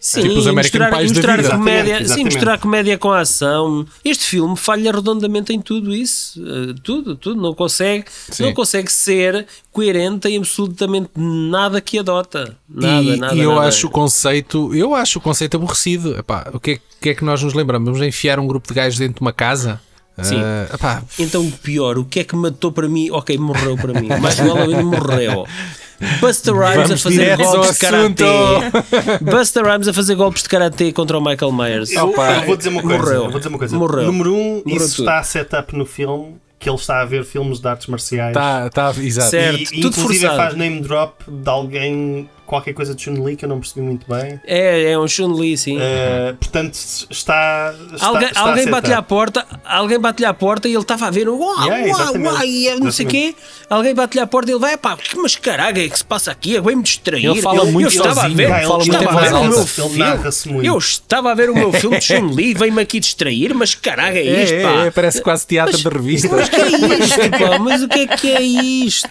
S1: Sim,
S2: Tipo os American
S1: misturar,
S2: Pies da
S1: misturar
S2: vida.
S1: comédia,
S4: Exatamente,
S1: Sim,
S4: exatamente.
S1: misturar comédia com a ação. Este filme falha redondamente em tudo isso. eh, tudo, tudo. Não consegue,
S2: Sim.
S1: não consegue ser coerente em absolutamente nada que adota. Nada,
S2: e,
S1: nada.
S2: e eu
S1: nada.
S2: acho o conceito, eu acho o conceito aborrecido. Epá, o que é, o que é que nós nos lembramos? Vamos enfiar um grupo de gajos dentro de uma casa?
S1: Sim.
S2: Ah, epá,
S1: Então, o pior, o que é que matou para mim? Ok, morreu para mim. Mas o Halloween morreu. Buster Rhymes
S2: Vamos
S1: a fazer
S2: direto ao
S1: golpes de
S2: assunto.
S1: karatê. Buster Rhymes a fazer golpes de karatê contra o Michael Myers.
S4: Eu,
S2: Opa,
S4: eu vou dizer uma coisa.
S1: morreu.
S4: eu vou dizer uma coisa.
S1: Morreu.
S4: Número um,
S1: Morreu
S4: isso
S1: tudo.
S4: está a setup no filme, que ele está a ver filmes de artes marciais.
S2: tá, tá, exato.
S1: Certo.
S4: E,
S1: tudo
S4: inclusive
S1: forçado.
S4: faz name drop de alguém, qualquer coisa de Chun-Li que eu não percebi muito bem.
S1: É, é um Chun-Li, sim.
S4: Uh, portanto, está. está
S1: Alguém,
S4: está
S1: alguém
S4: a
S1: bate-lhe à
S4: setup.
S1: porta, alguém bate-lhe à porta e ele estava a ver, uau,
S4: Yeah,
S1: uau,
S4: exatamente.
S1: uau, e eu não sei o quê. Alguém bate-lhe à porta e ele vai, pá, que- mas caraca, é que se passa aqui? Eu me distrair.
S2: Ele fala
S1: eu,
S2: muito
S1: eu estava a
S2: sozinho,
S1: ver,
S2: ele
S1: eu
S2: fala muito
S1: estava
S2: em
S1: a ver
S2: voz
S1: o meu
S4: alta, ele
S1: filme.
S4: narra-se muito.
S1: Eu estava a ver o meu filme de Chun-Li, vem-me aqui distrair, mas caraca, é
S2: É,
S1: isto,
S2: é,
S1: pá.
S2: é, parece quase teatro de revista.
S1: Mas que é isto, pá? Mas o que é que é isto?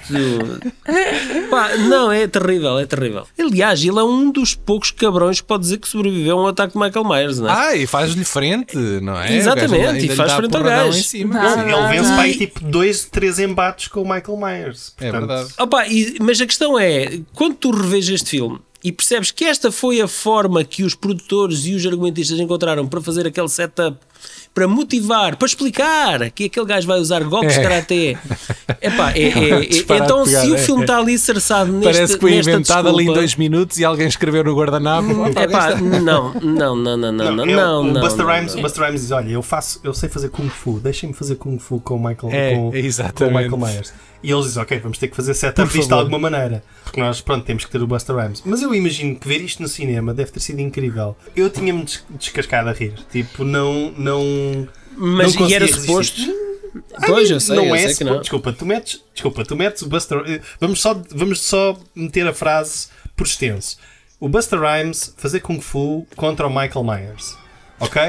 S1: Pá, não, é terrível, é terrível. Aliás, ele é um dos poucos cabrões que pode dizer que sobreviveu a um ataque de Michael Myers, não é?
S2: Ah, e faz-lhe frente, não é? O gajo
S1: Exatamente,
S2: ainda-
S1: e
S2: ainda lhe
S1: faz
S2: dá
S1: frente ao
S2: porradão
S1: gajo.
S2: Em cima.
S3: Dá.
S2: Sim.
S4: Ele vence para aí
S1: E-
S4: tipo dois, três embates com o Michael Myers.
S2: É
S4: Portanto,
S2: verdade.
S1: Opa, e- mas a questão é, quando tu revejas este filme e percebes que esta foi a forma que os produtores e os argumentistas encontraram para fazer aquele setup, para motivar, para explicar que aquele gajo vai usar golpes
S2: É.
S1: de karatê. Epá, é, é, é,
S2: Disparado
S1: então se
S2: pegado,
S1: o
S2: é.
S1: filme está ali inserçado neste
S2: Parece que foi
S1: nesta
S2: inventado ali em
S1: desculpa, Hum,
S2: dois minutos e alguém escreveu no guardanapo.
S1: Epá, não, não, não, não, não, não,
S4: eu-
S1: não,
S4: o
S1: não,
S4: Buster,
S1: não,
S4: Rhymes,
S1: não.
S4: o Buster Rhymes diz: Olha, eu, faço, eu sei fazer Kung Fu, deixem-me fazer Kung Fu com o Michael,
S2: É,
S4: com, com o
S2: exatamente.
S4: Michael Myers. E eles dizem: Ok, vamos ter que fazer setup
S2: Por
S4: isto de
S2: favor.
S4: alguma maneira. Porque nós, pronto, temos que ter o Buster Rhymes. Mas eu imagino que ver isto no cinema deve ter sido incrível. Eu tinha-me des- descascado a rir. Tipo, não. não
S1: Mas
S4: não
S1: e era
S4: conseguia
S1: suposto?
S4: resistir.
S1: Pois, eu sei,
S4: não
S1: eu
S4: é
S1: sei que
S4: suposto.
S1: não.
S4: Desculpa, tu metes, desculpa, tu metes o Buster. Vamos só, vamos só meter a frase por extenso. O Buster Rhymes fazer Kung Fu contra o Michael Myers. Ok?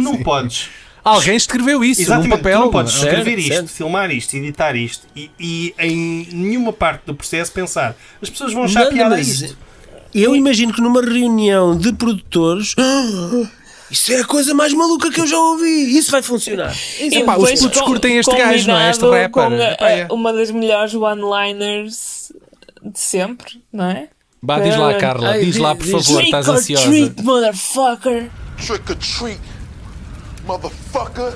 S4: não podes.
S2: Alguém escreveu isso
S4: Exatamente,
S2: num papel.
S4: tu não podes
S2: é?
S4: escrever
S1: Certo,
S4: isto,
S1: certo.
S4: filmar isto, editar isto e, e em nenhuma parte do processo pensar as pessoas vão
S1: Não,
S4: achar
S1: não,
S4: piada a
S1: mas
S4: isto.
S1: Eu imagino que numa reunião de produtores. "Ah, Isso é a coisa mais maluca que eu já ouvi. Isso vai funcionar.
S3: E
S2: Epá, os
S3: depois
S2: putos
S3: com-
S2: curtem este gajo, não é? Este
S3: combinado
S2: rapper.
S3: com a-
S2: Epá, é.
S3: a- uma das melhores one-liners de sempre, não é?
S2: Bah, diz lá,
S3: Ah,
S2: Carla,
S1: ai,
S2: diz lá, por
S1: diz-
S2: favor,
S3: Trick
S2: estás
S3: or
S2: ansiosa.
S3: treat, motherfucker!
S5: Trick or treat, motherfucker.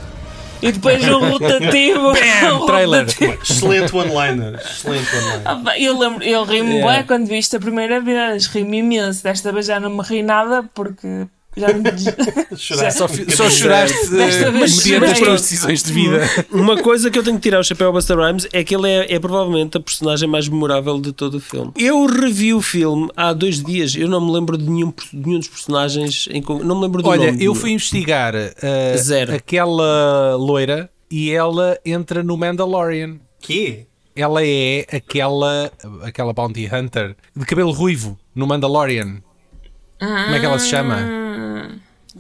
S3: E depois o rotativo. o
S2: trailer.
S3: rotativo.
S4: Excelente one-liner. Excelente one-liner.
S3: Ah, pá, Eu lembro, eu ri-me
S1: Yeah.
S3: bem quando vi isto a primeira vez, ri-me imenso. Desta vez já não me ri nada porque já não
S4: Chorar.
S2: Só, fi- só choraste
S3: Desta
S2: eh,
S3: vez
S2: mediante as
S3: chorei.
S2: tuas decisões de vida.
S1: Hum. Uma coisa que eu tenho que tirar o chapéu ao Buster Rhymes é que ele é, é provavelmente a personagem mais memorável de todo o filme. Eu revi o filme há dois dias. Eu não me lembro de nenhum, de nenhum dos personagens. Em, con- não me lembro do
S2: Olha,
S1: nome
S2: eu
S1: do-
S2: fui investigar eh,
S1: Zero.
S2: aquela loira e ela entra no Mandalorian.
S4: Quê?
S2: Ela é aquela, aquela bounty hunter de cabelo ruivo no Mandalorian. Como é que ela se chama?
S3: Ah.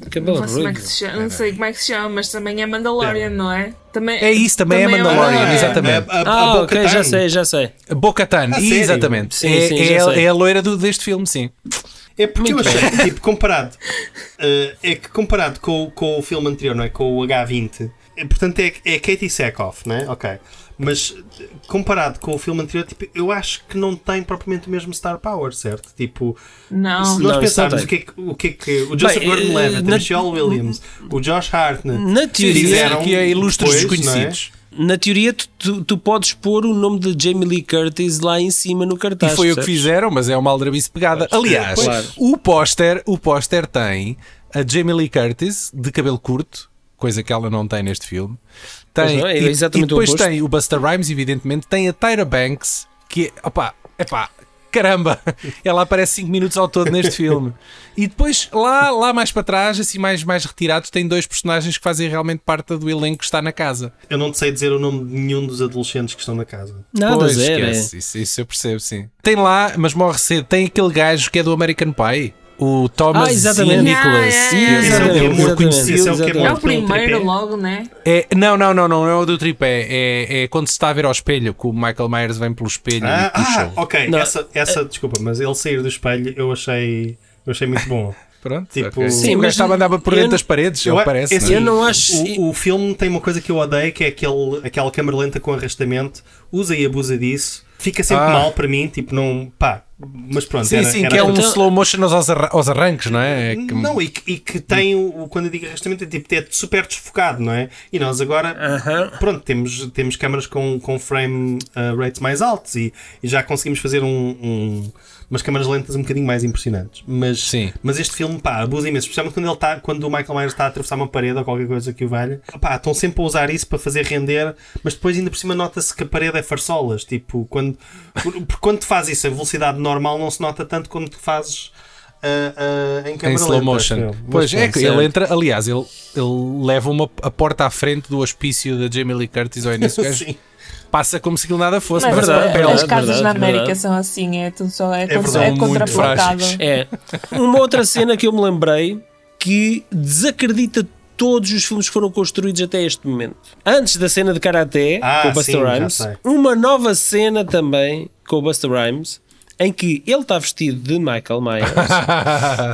S1: Cabelo
S3: Não sei, como é que
S1: ruivo.
S3: se chama, não sei como é que se chama, mas também é Mandalorian, não é? Também,
S2: É isso, também é Mandalorian,
S4: Ah,
S2: exatamente.
S4: a- a- a
S1: Ah, ok,
S4: Bo-Katan.
S1: já sei, já sei.
S2: Bocatan,
S4: sério?
S2: exatamente.
S1: Sim,
S2: é,
S1: sim,
S2: é
S1: já
S2: a-
S1: sei.
S2: é a loira do- deste filme, sim.
S4: É porque eu achei, que, tipo, comparado. eh, é que comparado com, o- com o filme anterior, não é? Com o H20. eh, Portanto, é, é Katie Sackhoff, não é? Ok. Mas eh, comparado com o filme anterior, tipo, eu acho que não tem propriamente o mesmo Star Power, certo? Tipo,
S3: Não.
S4: se
S1: Não,
S4: nós
S1: isso
S4: pensarmos
S1: não
S4: o que, é que, o que é que o Joseph
S1: Bem, eh,
S4: Gordon Levitt,
S1: na-
S4: a Michelle Williams, o Josh Hartnett
S1: Na teoria,
S4: fizeram
S2: que é ilustres
S4: depois,
S2: desconhecidos.
S1: Na teoria, tu, tu, tu podes pôr o nome de Jamie Lee Curtis lá em cima no
S2: E
S1: cartaz.
S2: foi o que
S1: percebes?
S2: fizeram, mas é uma aldrabice pegada. Aliás,
S1: É, claro.
S2: o póster o póster tem a Jamie Lee Curtis de cabelo curto coisa que ela não tem neste filme.
S1: Pois
S2: Tem,
S1: não, é
S2: e,
S1: exatamente
S2: e depois
S1: o oposto.
S2: tem o Busta Rhymes, evidentemente, tem a Tyra Banks, que é opá, epá, caramba, ela aparece 5 minutos ao todo neste filme. E depois, lá, lá mais para trás, assim mais, mais retirados, tem dois personagens que fazem realmente parte do elenco que está na casa.
S4: Eu não te sei dizer o nome de nenhum dos adolescentes que estão na casa.
S1: Nada
S2: Pois,
S1: zero. é.
S2: esquece. Isso, isso eu percebo, sim. Tem lá, mas morre cedo, tem aquele gajo que é do American Pie. O Thomas
S1: Ah, exatamente.
S2: Nicholas.
S3: Yeah,
S1: Sim,
S3: yeah,
S2: Que-
S4: Esse é o que é
S1: exatamente,
S4: muito conhecido, esse é o que é
S1: exatamente.
S3: É
S4: muito-
S3: o primeiro
S4: tripé.
S3: logo, né?
S2: É, não, não, não, não, não é o do tripé. É, é quando se está a ver ao espelho, que o Michael Myers vem pelo espelho
S4: Ah,
S2: e puxa.
S4: ah, ok.
S1: Não. é-
S4: Essa, essa, desculpa, mas ele sair do espelho eu achei, eu achei muito bom.
S2: Pronto,
S4: tipo-
S2: ok. o
S4: Sim,
S2: gajo
S1: mas
S2: estava andava por
S1: eu
S2: dentro
S1: não-
S2: das paredes, é o
S4: Eu
S2: que
S4: a-
S2: parece.
S4: esse-
S2: não é?
S1: Eu não acho.
S4: O, o filme tem uma coisa que eu odeio, que é aquele, aquela câmera lenta com arrastamento. Usa e abusa disso. Fica sempre
S2: Ah.
S4: mal para mim, tipo, não. pá. Mas pronto,
S2: Sim,
S4: era-
S2: sim,
S4: era
S2: que é um
S1: Então-
S2: slow motion aos, arra- aos arranques, não é? É que-
S4: Não, e que, e que tem o, o- quando eu digo arrastamento é tipo é super desfocado, não é? E nós agora,
S1: Aham.
S4: pronto, temos, temos câmaras com, com frame ah, rates mais altos e, e já conseguimos fazer um, um- umas câmaras lentas um bocadinho mais impressionantes. Mas,
S2: Sim.
S4: mas este filme, pá, abusa imenso, especialmente quando, ele tá, quando o Michael Myers está a atravessar uma parede ou qualquer coisa que o valha. Pá, estão sempre a usar isso para fazer render, mas depois ainda por cima nota-se que a parede é farsolas. Tipo, quando, por- porque quando tu fazes isso a velocidade normal não se nota tanto quando tu fazes. ah, ah, em
S2: em
S4: câmera
S2: slow
S4: lenta, acho
S2: motion.
S4: eu. Mas
S2: Pois é,
S4: pronto,
S2: que ele entra, aliás, ele, ele leva uma, a porta à frente do hospício da Jamie Lee Curtis ao início. o gajo
S4: Sim.
S2: passa como se aquilo nada fosse.
S3: Mas
S2: parece
S1: verdade,
S2: papel.
S1: é
S3: as
S1: verdade,
S3: casas na
S1: verdade,
S3: América
S1: verdade.
S3: são assim, é tudo só é, contra-
S4: verdade.
S3: é
S4: São
S2: muito
S3: contraplacado.
S2: frágeis.
S1: É. Uma outra cena que eu me lembrei que desacredita todos os filmes que foram construídos até este momento. Antes da cena de Karaté
S4: Ah,
S1: com o Buster
S4: sim, já
S1: Rhymes,
S4: sei.
S1: uma nova cena também com o Buster Rhymes, em que ele está vestido de Michael Myers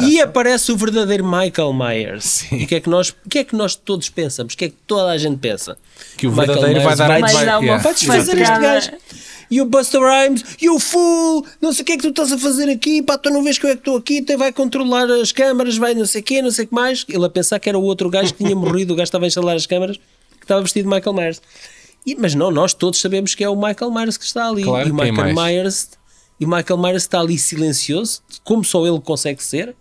S1: e aparece o verdadeiro Michael Myers. E o que, é que, nós, o que é que nós todos pensamos? O que é que toda a gente pensa?
S2: Que o
S1: Michael
S2: verdadeiro vai
S1: Myers
S2: dar a
S1: vai-
S3: Mas dá uma
S2: yeah.
S1: Vai desfazer este
S3: Exato.
S1: gajo. E o Buster Rhymes, e o fool, não sei o que é que tu estás a fazer aqui, pá, tu não vês que eu é que estou aqui, tu vai controlar as câmaras, vai não sei o quê, não sei o que mais. Ele a pensar que era o outro gajo que tinha morrido, o gajo estava a instalar as câmaras, que estava vestido de Michael Myers. E- mas não, nós todos sabemos que é o Michael Myers que está ali.
S2: Claro,
S1: e o
S2: quem
S1: Michael
S2: mais?
S1: Myers, e o Michael Myers está ali silencioso, como só ele consegue ser.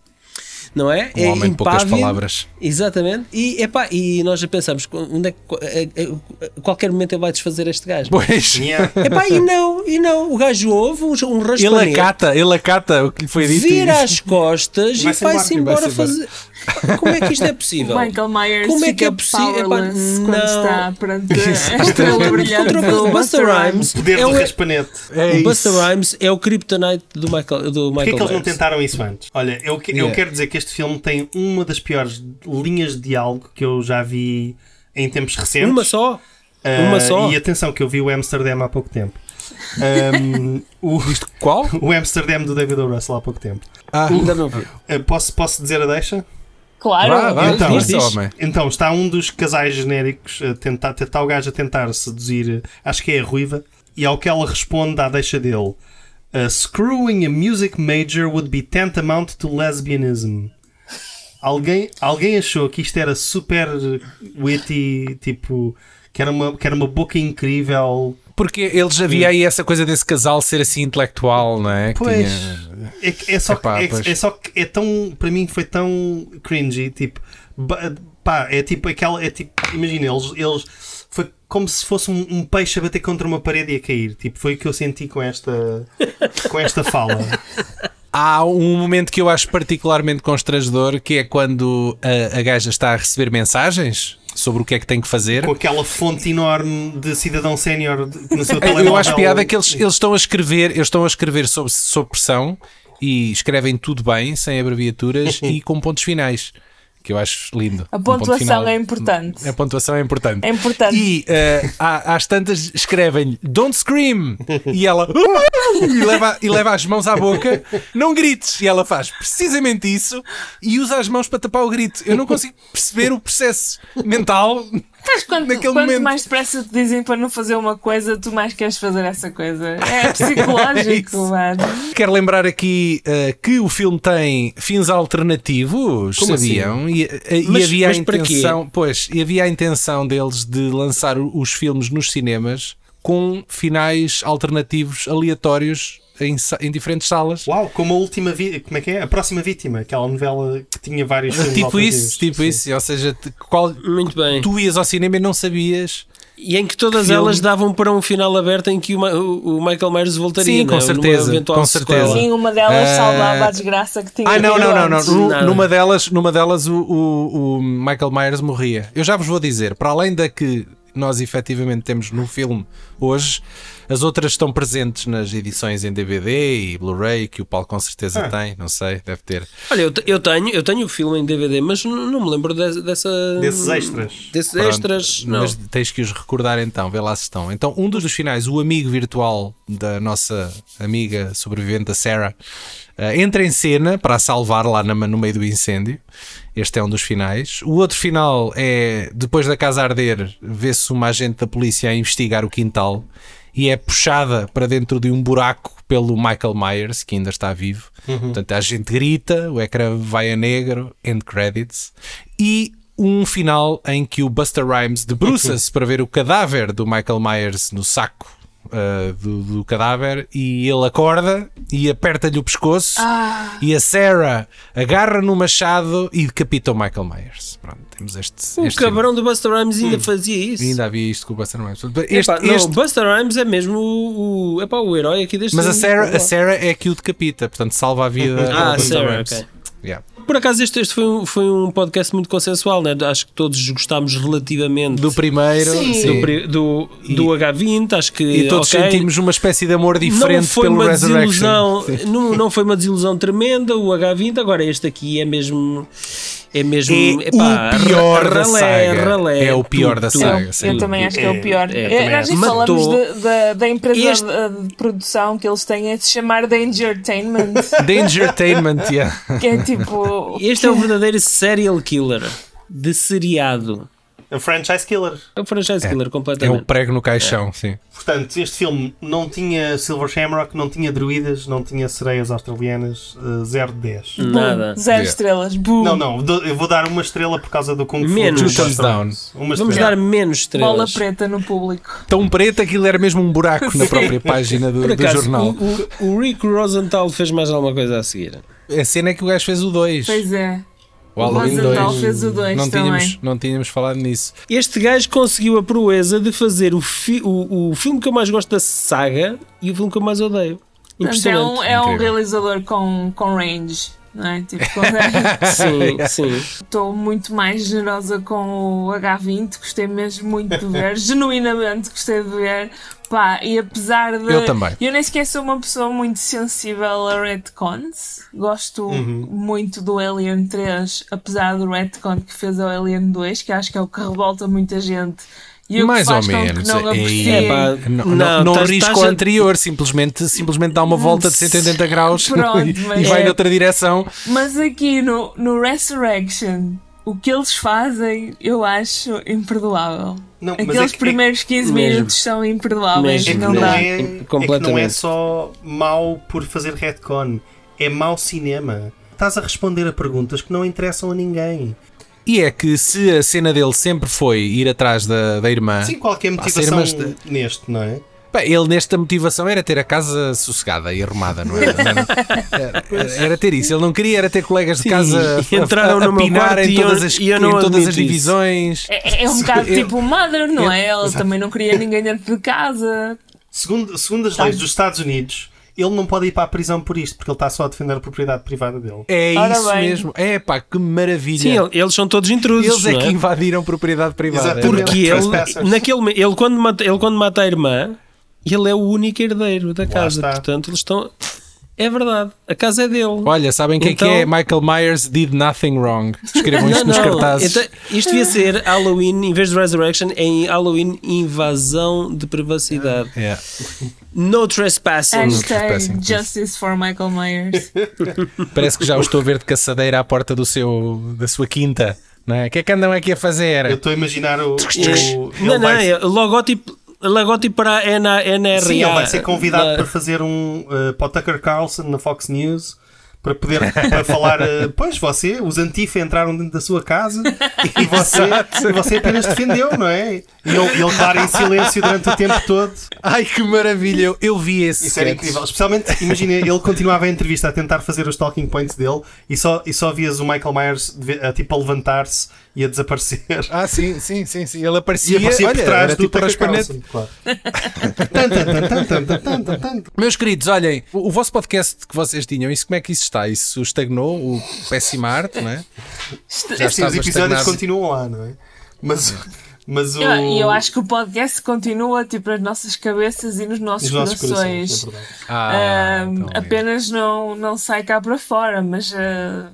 S1: Não é?
S2: Um
S1: é
S2: homem de poucas
S1: impávido.
S2: palavras.
S1: Exatamente. E, epá, e nós já pensamos, onde é que, a, a- a qualquer momento ele vai desfazer este gajo.
S2: Pois.
S4: Yeah.
S1: Epá, e não, e não. O gajo ouve um, um
S2: Ele
S1: raspanete,
S2: acata, ele acata o que lhe foi dito. e-
S1: vira as costas e
S4: Vai-se
S1: vai-se
S2: embora,
S1: embora,
S2: vai-se
S1: fazer. Como é que isto é possível?
S3: O Michael Myers
S1: Como é que
S3: fica
S1: é possível? Epá,
S3: powerless quando
S1: não.
S3: está perante a estrela brilhante
S1: Contra
S3: do
S1: o Buster Rhymes.
S4: Poder
S1: é
S4: do
S1: o,
S4: raspanete.
S2: É
S1: o
S2: isso.
S1: Buster Rhymes é o kryptonite do Michael, do
S4: Porquê é
S1: Michael
S4: que eles não
S1: Myers.
S4: tentaram isso antes? Olha, eu, que- eu
S2: Yeah.
S4: quero dizer que este filme tem uma das piores linhas de diálogo que eu já vi em tempos recentes.
S1: Uma só?
S4: Ah,
S1: uma só?
S4: E atenção, que eu vi o Amsterdã há pouco tempo. Ahm, o,
S2: Qual?
S4: o Amsterdã do David O. Russell há pouco tempo.
S2: Ah,
S1: Ainda não vi.
S4: Ah, posso, posso dizer a deixa?
S3: Claro.
S2: vá, vá,
S4: Então,
S2: força,
S1: diz.
S2: homem.
S4: Então, está um dos casais genéricos a tentar, está o gajo a tentar seduzir, eh, acho que é a Ruiva, e ao que ela responde à deixa dele: "Uh, Screwing a music major would be tantamount to lesbianism. Alguém, alguém achou que isto era super witty, tipo, que era uma, que era uma boca incrível.
S2: Porque eles havia aí essa coisa desse casal ser assim intelectual, não é? Que
S4: Pois.
S2: tinha-
S4: É, que- é só
S2: Epá,
S4: que, é,
S2: pois.
S4: que- é só que é tão. Para mim foi tão cringy. Tipo. ba- Pá, é tipo aquela. É tipo, imagina, eles, eles. Foi como se fosse um, um peixe a bater contra uma parede e a cair. Tipo, foi o que eu senti com esta. Com esta fala.
S2: Há um momento que eu acho particularmente constrangedor que é quando a, a gaja está a receber mensagens sobre o que é que tem que fazer.
S4: com aquela fonte enorme de cidadão sénior de- no seu telemóvel.
S2: Eu acho piada que eles, eles estão a escrever, eles estão a escrever sob, sob pressão e escrevem tudo bem, sem abreviaturas e com pontos finais. Que eu acho lindo.
S3: A
S2: Um ponto
S3: pontuação
S2: final.
S3: é importante.
S2: A pontuação é importante.
S3: É importante.
S2: E eh, há- às tantas escrevem Don't scream! E ela "Uh!" e, leva, e leva as mãos à boca, não grites! E ela faz precisamente isso e usa as mãos para tapar o grito. Eu não consigo perceber o processo mental.
S3: Mas quanto,
S2: Naquele
S3: quanto
S2: momento.
S3: mais depressa te dizem para não fazer uma coisa, tu mais queres fazer essa coisa. É psicológico,
S2: isso.
S3: mano.
S2: Quero lembrar aqui eh, que o filme tem fins alternativos,
S4: Como
S2: sabiam? E, eh, e
S1: Mas-
S2: havia
S1: mas
S2: a
S1: para quê?
S2: intenção, pois, e havia a intenção deles de lançar o- os filmes nos cinemas com finais alternativos aleatórios em, sa- em diferentes salas.
S4: Uau, como a última vi- Como é que é? A próxima vítima, aquela novela que tinha vários filmes.
S2: Tipo
S4: alternativos.
S2: isso, tipo
S4: Sim.
S2: isso. Ou seja, te- qual,
S1: Muito bem.
S2: tu ias ao cinema e não sabias.
S1: E em que todas
S2: Filme.
S1: elas davam para um final aberto em que o, Ma- o- o Michael Myers voltaria.
S2: Sim, com
S1: não é? Numa
S2: certeza,
S1: eventual
S2: com
S1: sequela.
S2: certeza.
S3: Sim, uma delas
S2: Ah.
S3: salvava a desgraça que tinha.
S2: Ah, não, não, não, não.
S3: antes.
S2: Nu-
S1: Nada.
S2: Numa delas, numa delas o, o- o Michael Myers morria. Eu já vos vou dizer, para além da que nós efetivamente temos no filme hoje, as outras estão presentes nas edições em DVD e Blu-ray, que o Paulo com certeza
S4: Ah.
S2: tem, não sei, deve ter.
S1: Olha, eu, te- eu tenho eu tenho o filme em DVD, mas n- não me lembro de- dessa.
S4: Desses extras.
S1: Desses
S2: Pronto,
S1: extras, não.
S2: Mas tens que os recordar então, vê lá se estão. Então, um dos finais, o amigo virtual da nossa amiga sobrevivente, a Sarah, eh, entra em cena para a salvar lá na- no meio do incêndio. Este é um dos finais. O outro final é depois da casa arder, vê-se uma agente da polícia a investigar o quintal e é puxada para dentro de um buraco pelo Michael Myers, que ainda está vivo.
S1: Uhum.
S2: Portanto, a gente grita, o ecrã vai a negro, end credits. E um final em que o Buster Rhymes debruça-se para ver o cadáver do Michael Myers no saco ah, do, do cadáver e ele acorda e aperta-lhe o pescoço
S1: Ah.
S2: e a Sarah agarra no machado e decapita o Michael Myers. Pronto, temos este.
S1: O
S2: este
S1: Um cabrão do Buster Rhymes ainda fazia isso.
S2: final. Ainda havia isto com o Buster Rhymes. Este,
S1: Epá, não,
S2: este-
S1: Buster Rhymes é mesmo o, o, epá, o herói aqui deste
S2: mas a
S1: filme.
S2: Sarah, a Sarah é que o decapita, portanto salva a vida
S1: é Ah,
S2: ao
S1: a
S2: Buster
S1: Sarah,
S2: Rhymes.
S1: ok.
S2: Yeah.
S1: Por acaso, este, este foi, um, foi um podcast muito consensual, né? Acho que todos gostámos relativamente
S2: Do primeiro
S1: do,
S2: sim.
S1: pri- do, do H20. Acho que
S2: e todos
S1: ok.
S2: sentimos uma espécie de amor diferente
S1: não foi
S2: pelo
S1: uma
S2: Resurrection.
S1: desilusão, não, não foi uma desilusão tremenda o H20, agora este aqui é mesmo é mesmo
S2: É
S1: epá,
S2: o pior
S1: ra-
S2: da saga. É o pior da
S1: tudo.
S2: saga.
S3: Eu-
S2: sem
S3: Eu também
S2: dúvida.
S3: acho que é o pior.
S4: É, é,
S3: É,
S4: também
S3: nós
S4: acho.
S3: nem falamos
S1: Matou.
S3: de- da- da empresa
S1: Este-
S3: de, de produção que eles têm é de se chamar The Entertainment.
S2: The Entertainment, yeah.
S3: que é tipo.
S1: Este é o verdadeiro serial killer de seriado.
S4: A Franchise Killer.
S1: É o franchise killer
S2: é o
S1: completamente.
S2: prego no caixão, sim.
S4: Portanto, este filme não tinha Silver Shamrock, não tinha druidas, não tinha sereias australianas, 0 de 10.
S3: Boom.
S1: Nada.
S3: Zero
S2: Yeah.
S3: estrelas. Boom.
S4: Não, não, do- eu vou dar uma estrela por causa do Kung Fu.
S1: Menos.
S4: dos
S2: Two thumbs
S4: Australians. Uma
S1: Vamos
S4: estrela.
S1: dar menos
S3: Bola
S1: estrelas.
S3: preta no público.
S2: Tão preto aquilo era mesmo um buraco na própria página do,
S1: Por
S2: do
S1: acaso,
S2: jornal.
S1: o- O, o Rick Rosenthal fez mais alguma coisa a seguir.
S2: A cena é que o gajo fez o 2.
S3: Pois é.
S2: O Halloween
S3: Rosenthal
S2: 2.
S3: fez o dois
S2: não,
S3: também.
S2: tínhamos, não tínhamos falado nisso.
S1: Este gajo conseguiu a proeza de fazer o, fi- o, o filme que eu mais gosto da saga e o filme que eu mais odeio.
S3: Portanto, é
S1: Impressionante.
S3: um, é um
S2: Incrível.
S3: realizador com, com range. Não é? Tipo, com-
S1: Sim, sim.
S3: Estou muito mais generosa com o H20, gostei mesmo muito de ver, genuinamente gostei de ver. Pá, e apesar de.
S2: Eu também.
S3: Eu nem sequer sou uma pessoa muito sensível a retcons. Gosto
S2: Uhum.
S3: muito do Alien 3, apesar do retcon que fez ao Alien 2, que acho que é o que revolta muita gente. E o
S2: Mais
S3: que
S2: ou
S3: faz com que
S2: menos.
S3: não
S2: é-
S3: aprecie.
S1: É pá,
S2: Não,
S1: Não,
S2: não, não
S1: estás-
S2: risco
S1: estás
S2: o
S1: a-
S2: anterior, simplesmente, simplesmente dá uma volta de 180 graus
S3: Pronto,
S2: e, e
S3: mas
S2: vai
S3: é-
S2: noutra direção.
S3: Mas aqui no, no Resurrection, o que eles fazem eu acho imperdoável.
S4: Não, mas
S3: Aqueles
S4: é que-
S3: primeiros 15
S1: mesmo.
S3: minutos são imperdoáveis.
S4: É que
S1: Mesmo,
S3: não
S4: não
S3: dá.
S4: é, é que não é
S1: Completamente.
S4: só mau por fazer retcon, é mau cinema. Estás a responder a perguntas que não interessam a ninguém.
S2: E é que se a cena dele sempre foi ir atrás da, da irmã,
S4: Sem qualquer
S2: Pá, ser
S4: motivação
S2: irmãs
S4: neste, não é?
S2: Bem, ele nesta motivação era ter a casa sossegada e arrumada, não era? Não era- era- Era ter isso. Ele não queria era ter colegas de
S1: Sim,
S2: casa a-
S1: entraram
S2: a,
S1: no
S2: a
S1: meu
S2: pinar
S1: quarto
S2: em
S1: e eu-
S2: todas as,
S1: e eu não
S2: em todas
S1: admito
S2: as
S1: isso.
S2: divisões.
S3: É, é um bocado
S2: Eu-
S3: tipo Mother, não é? Ele também não queria ninguém dentro de casa.
S4: Segundo, segundo
S1: Tá.
S4: as leis dos Estados Unidos, ele não pode ir para a prisão por isto, porque ele está só a defender a propriedade privada dele.
S2: É
S3: Ora
S2: isso
S3: bem.
S2: mesmo. É pá, que maravilha.
S1: Sim, ele- eles são todos intrusos.
S2: Eles é
S1: não
S2: que né? invadiram propriedade privada.
S4: Exatamente.
S1: Porque
S4: Trespassers.
S1: ele, naquele, me- ele, quando mata, ele, quando mata a irmã, ele é o único herdeiro da casa.
S4: está.
S1: Portanto, eles estão. É verdade, a casa é dele.
S2: Olha, sabem quem
S1: Então-
S2: é que é? Michael Myers did nothing wrong. Escrevam isto nos cartazes.
S1: Então, isto devia ser Halloween, em vez de Resurrection, é em Halloween Invasão de Privacidade.
S2: Yeah.
S1: No trespassing.
S3: Hashtag
S2: trespassing.
S3: Justice for Michael Myers.
S2: Parece que já o estou a ver de caçadeira à porta do seu, da sua quinta. Não é? O que é que andam aqui a fazer?
S4: Eu estou a imaginar o. o- ele
S1: Não, é não,
S4: vai-
S1: é logótipo, logótipo para a NRA.
S4: Sim, ele vai ser convidado
S1: da-
S4: para fazer um. eh, para o Tucker Carlson na Fox News. para poder para falar. eh, pois, você, os antifa entraram dentro da sua casa e você, e você apenas defendeu, não é? E ele, ele estar em silêncio durante o tempo todo.
S2: Ai que maravilha, eu, eu vi esse.
S4: Isso era
S2: sketch.
S4: incrível. Especialmente, imagina, ele continuava a entrevista a tentar fazer os talking points dele e só, e só vias o Michael Myers de ve- a, tipo a levantar-se e a desaparecer.
S2: Ah, sim, sim, sim, sim. Ele aparecia,
S4: E aparecia
S2: olha,
S4: por trás
S2: era
S4: do
S2: tipo
S4: Tucker
S2: transparente.
S4: Carlson, claro. Tan, tan, tan, tan, tan, tan, tan, tan.
S2: Meus queridos, olhem, o, o vosso podcast que vocês tinham, isso como é que isso está? Isso estagnou, o péssima arte, não é?
S4: É sim,
S2: estava
S4: os episódios
S2: estagnado.
S4: continuam lá, não é? Mas, mas o.
S3: Eu- E eu, acho que o podcast continua tipo nas nossas cabeças e nos nossos,
S4: os nossos corações,
S3: corações.
S4: é verdade.
S2: Ah,
S3: Ahm,
S2: então é.
S3: apenas não, não sai cá para fora, mas, ah,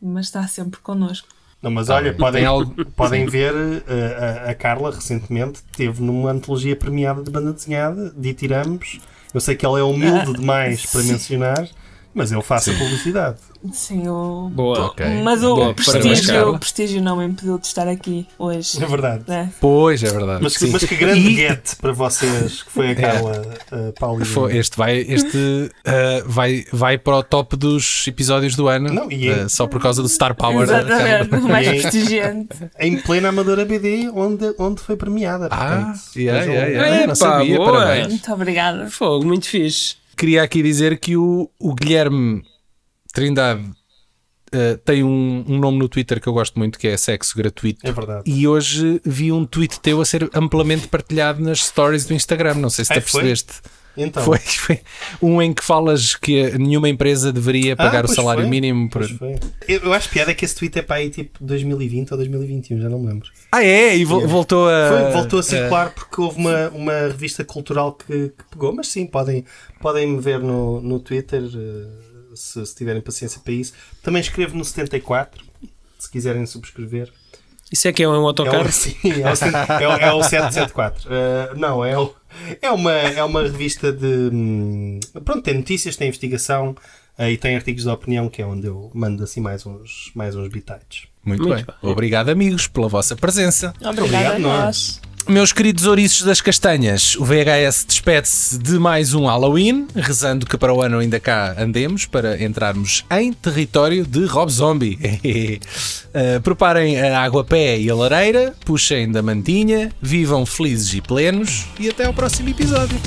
S3: mas está sempre connosco.
S4: Não, mas olha,
S2: bem.
S4: podem,
S2: Ah, Tem algo-
S4: podem ver eh, a, a Carla recentemente teve numa antologia premiada de banda desenhada de Tiramos. Eu sei que ela é humilde demais para
S3: Ah, sim.
S4: mencionar, mas eu faço a publicidade.
S3: Sim, o-
S1: Boa.
S2: Ok.
S3: mas o,
S1: Bom,
S3: o
S1: parabéns,
S3: prestígio,
S1: Carla.
S3: o prestígio não me impediu de estar aqui hoje.
S4: É verdade.
S3: né?
S2: Pois, é verdade.
S4: Mas, que,
S2: sim.
S4: mas que grande
S2: E- É.
S4: get para vocês que foi a Carla eh, Paulina.
S2: Foi- este vai, este ah, vai, vai para o top dos episódios do ano.
S4: Não, e é-
S2: ah, só por causa do Star Power. da Carla.
S3: Exatamente, o mais
S4: E aí-
S3: prestigiante.
S4: Em plena Amadora BD, onde, onde foi premiada.
S2: Ah,
S4: portanto.
S2: yeah,
S4: Vejam
S2: yeah,
S4: lá.
S2: yeah.
S1: Epá,
S2: não sabia,
S1: boa.
S2: parabéns.
S3: Muito obrigada.
S1: Fogo, muito fixe.
S2: queria aqui dizer que o, o Guilherme Trindade eh, tem um, um nome no Twitter que eu gosto muito que é Sexo Gratuito.
S4: É verdade.
S2: E hoje vi um tweet teu a ser amplamente partilhado nas stories do Instagram. Não sei se te
S4: Ah, foi?
S2: percebeste.
S4: Então,
S2: Foi, foi um em que falas que nenhuma empresa deveria
S4: Ah,
S2: pagar o
S4: pois
S2: salário
S4: foi.
S2: mínimo. Por...
S4: Pois foi. Eu, eu acho piada que esse tweet é para aí tipo 2020 ou 2021, já não me lembro.
S2: Ah, é? E vo- voltou a.
S4: Foi, voltou a
S2: é.
S4: circular porque houve uma, uma revista cultural que, que pegou, mas sim, podem, podem me ver no, no Twitter eh, se, se tiverem paciência para isso. Também escrevo no 74, se quiserem subscrever.
S1: Isso é que é um
S4: É o,
S1: autocarro?
S4: sim, é o, cent- é o- é o 774. Eh, não, é, o- é, uma, é uma revista de. hum, Pronto, tem notícias, tem investigação eh, e tem artigos de opinião, que é onde eu mando assim mais uns, mais uns bitites.
S2: Muito,
S1: Muito
S2: bem.
S1: bem.
S2: Obrigado, amigos, pela vossa presença.
S3: Obrigada a
S4: obrigado, é? nós.
S3: nós.
S2: Meus queridos ouriços das castanhas, o VHS despede-se de mais um Halloween, rezando que para o ano ainda cá andemos para entrarmos em território de Rob Zombie. Eh, Preparem a água-pé e a lareira, puxem da mantinha, vivam felizes e plenos e até ao próximo episódio.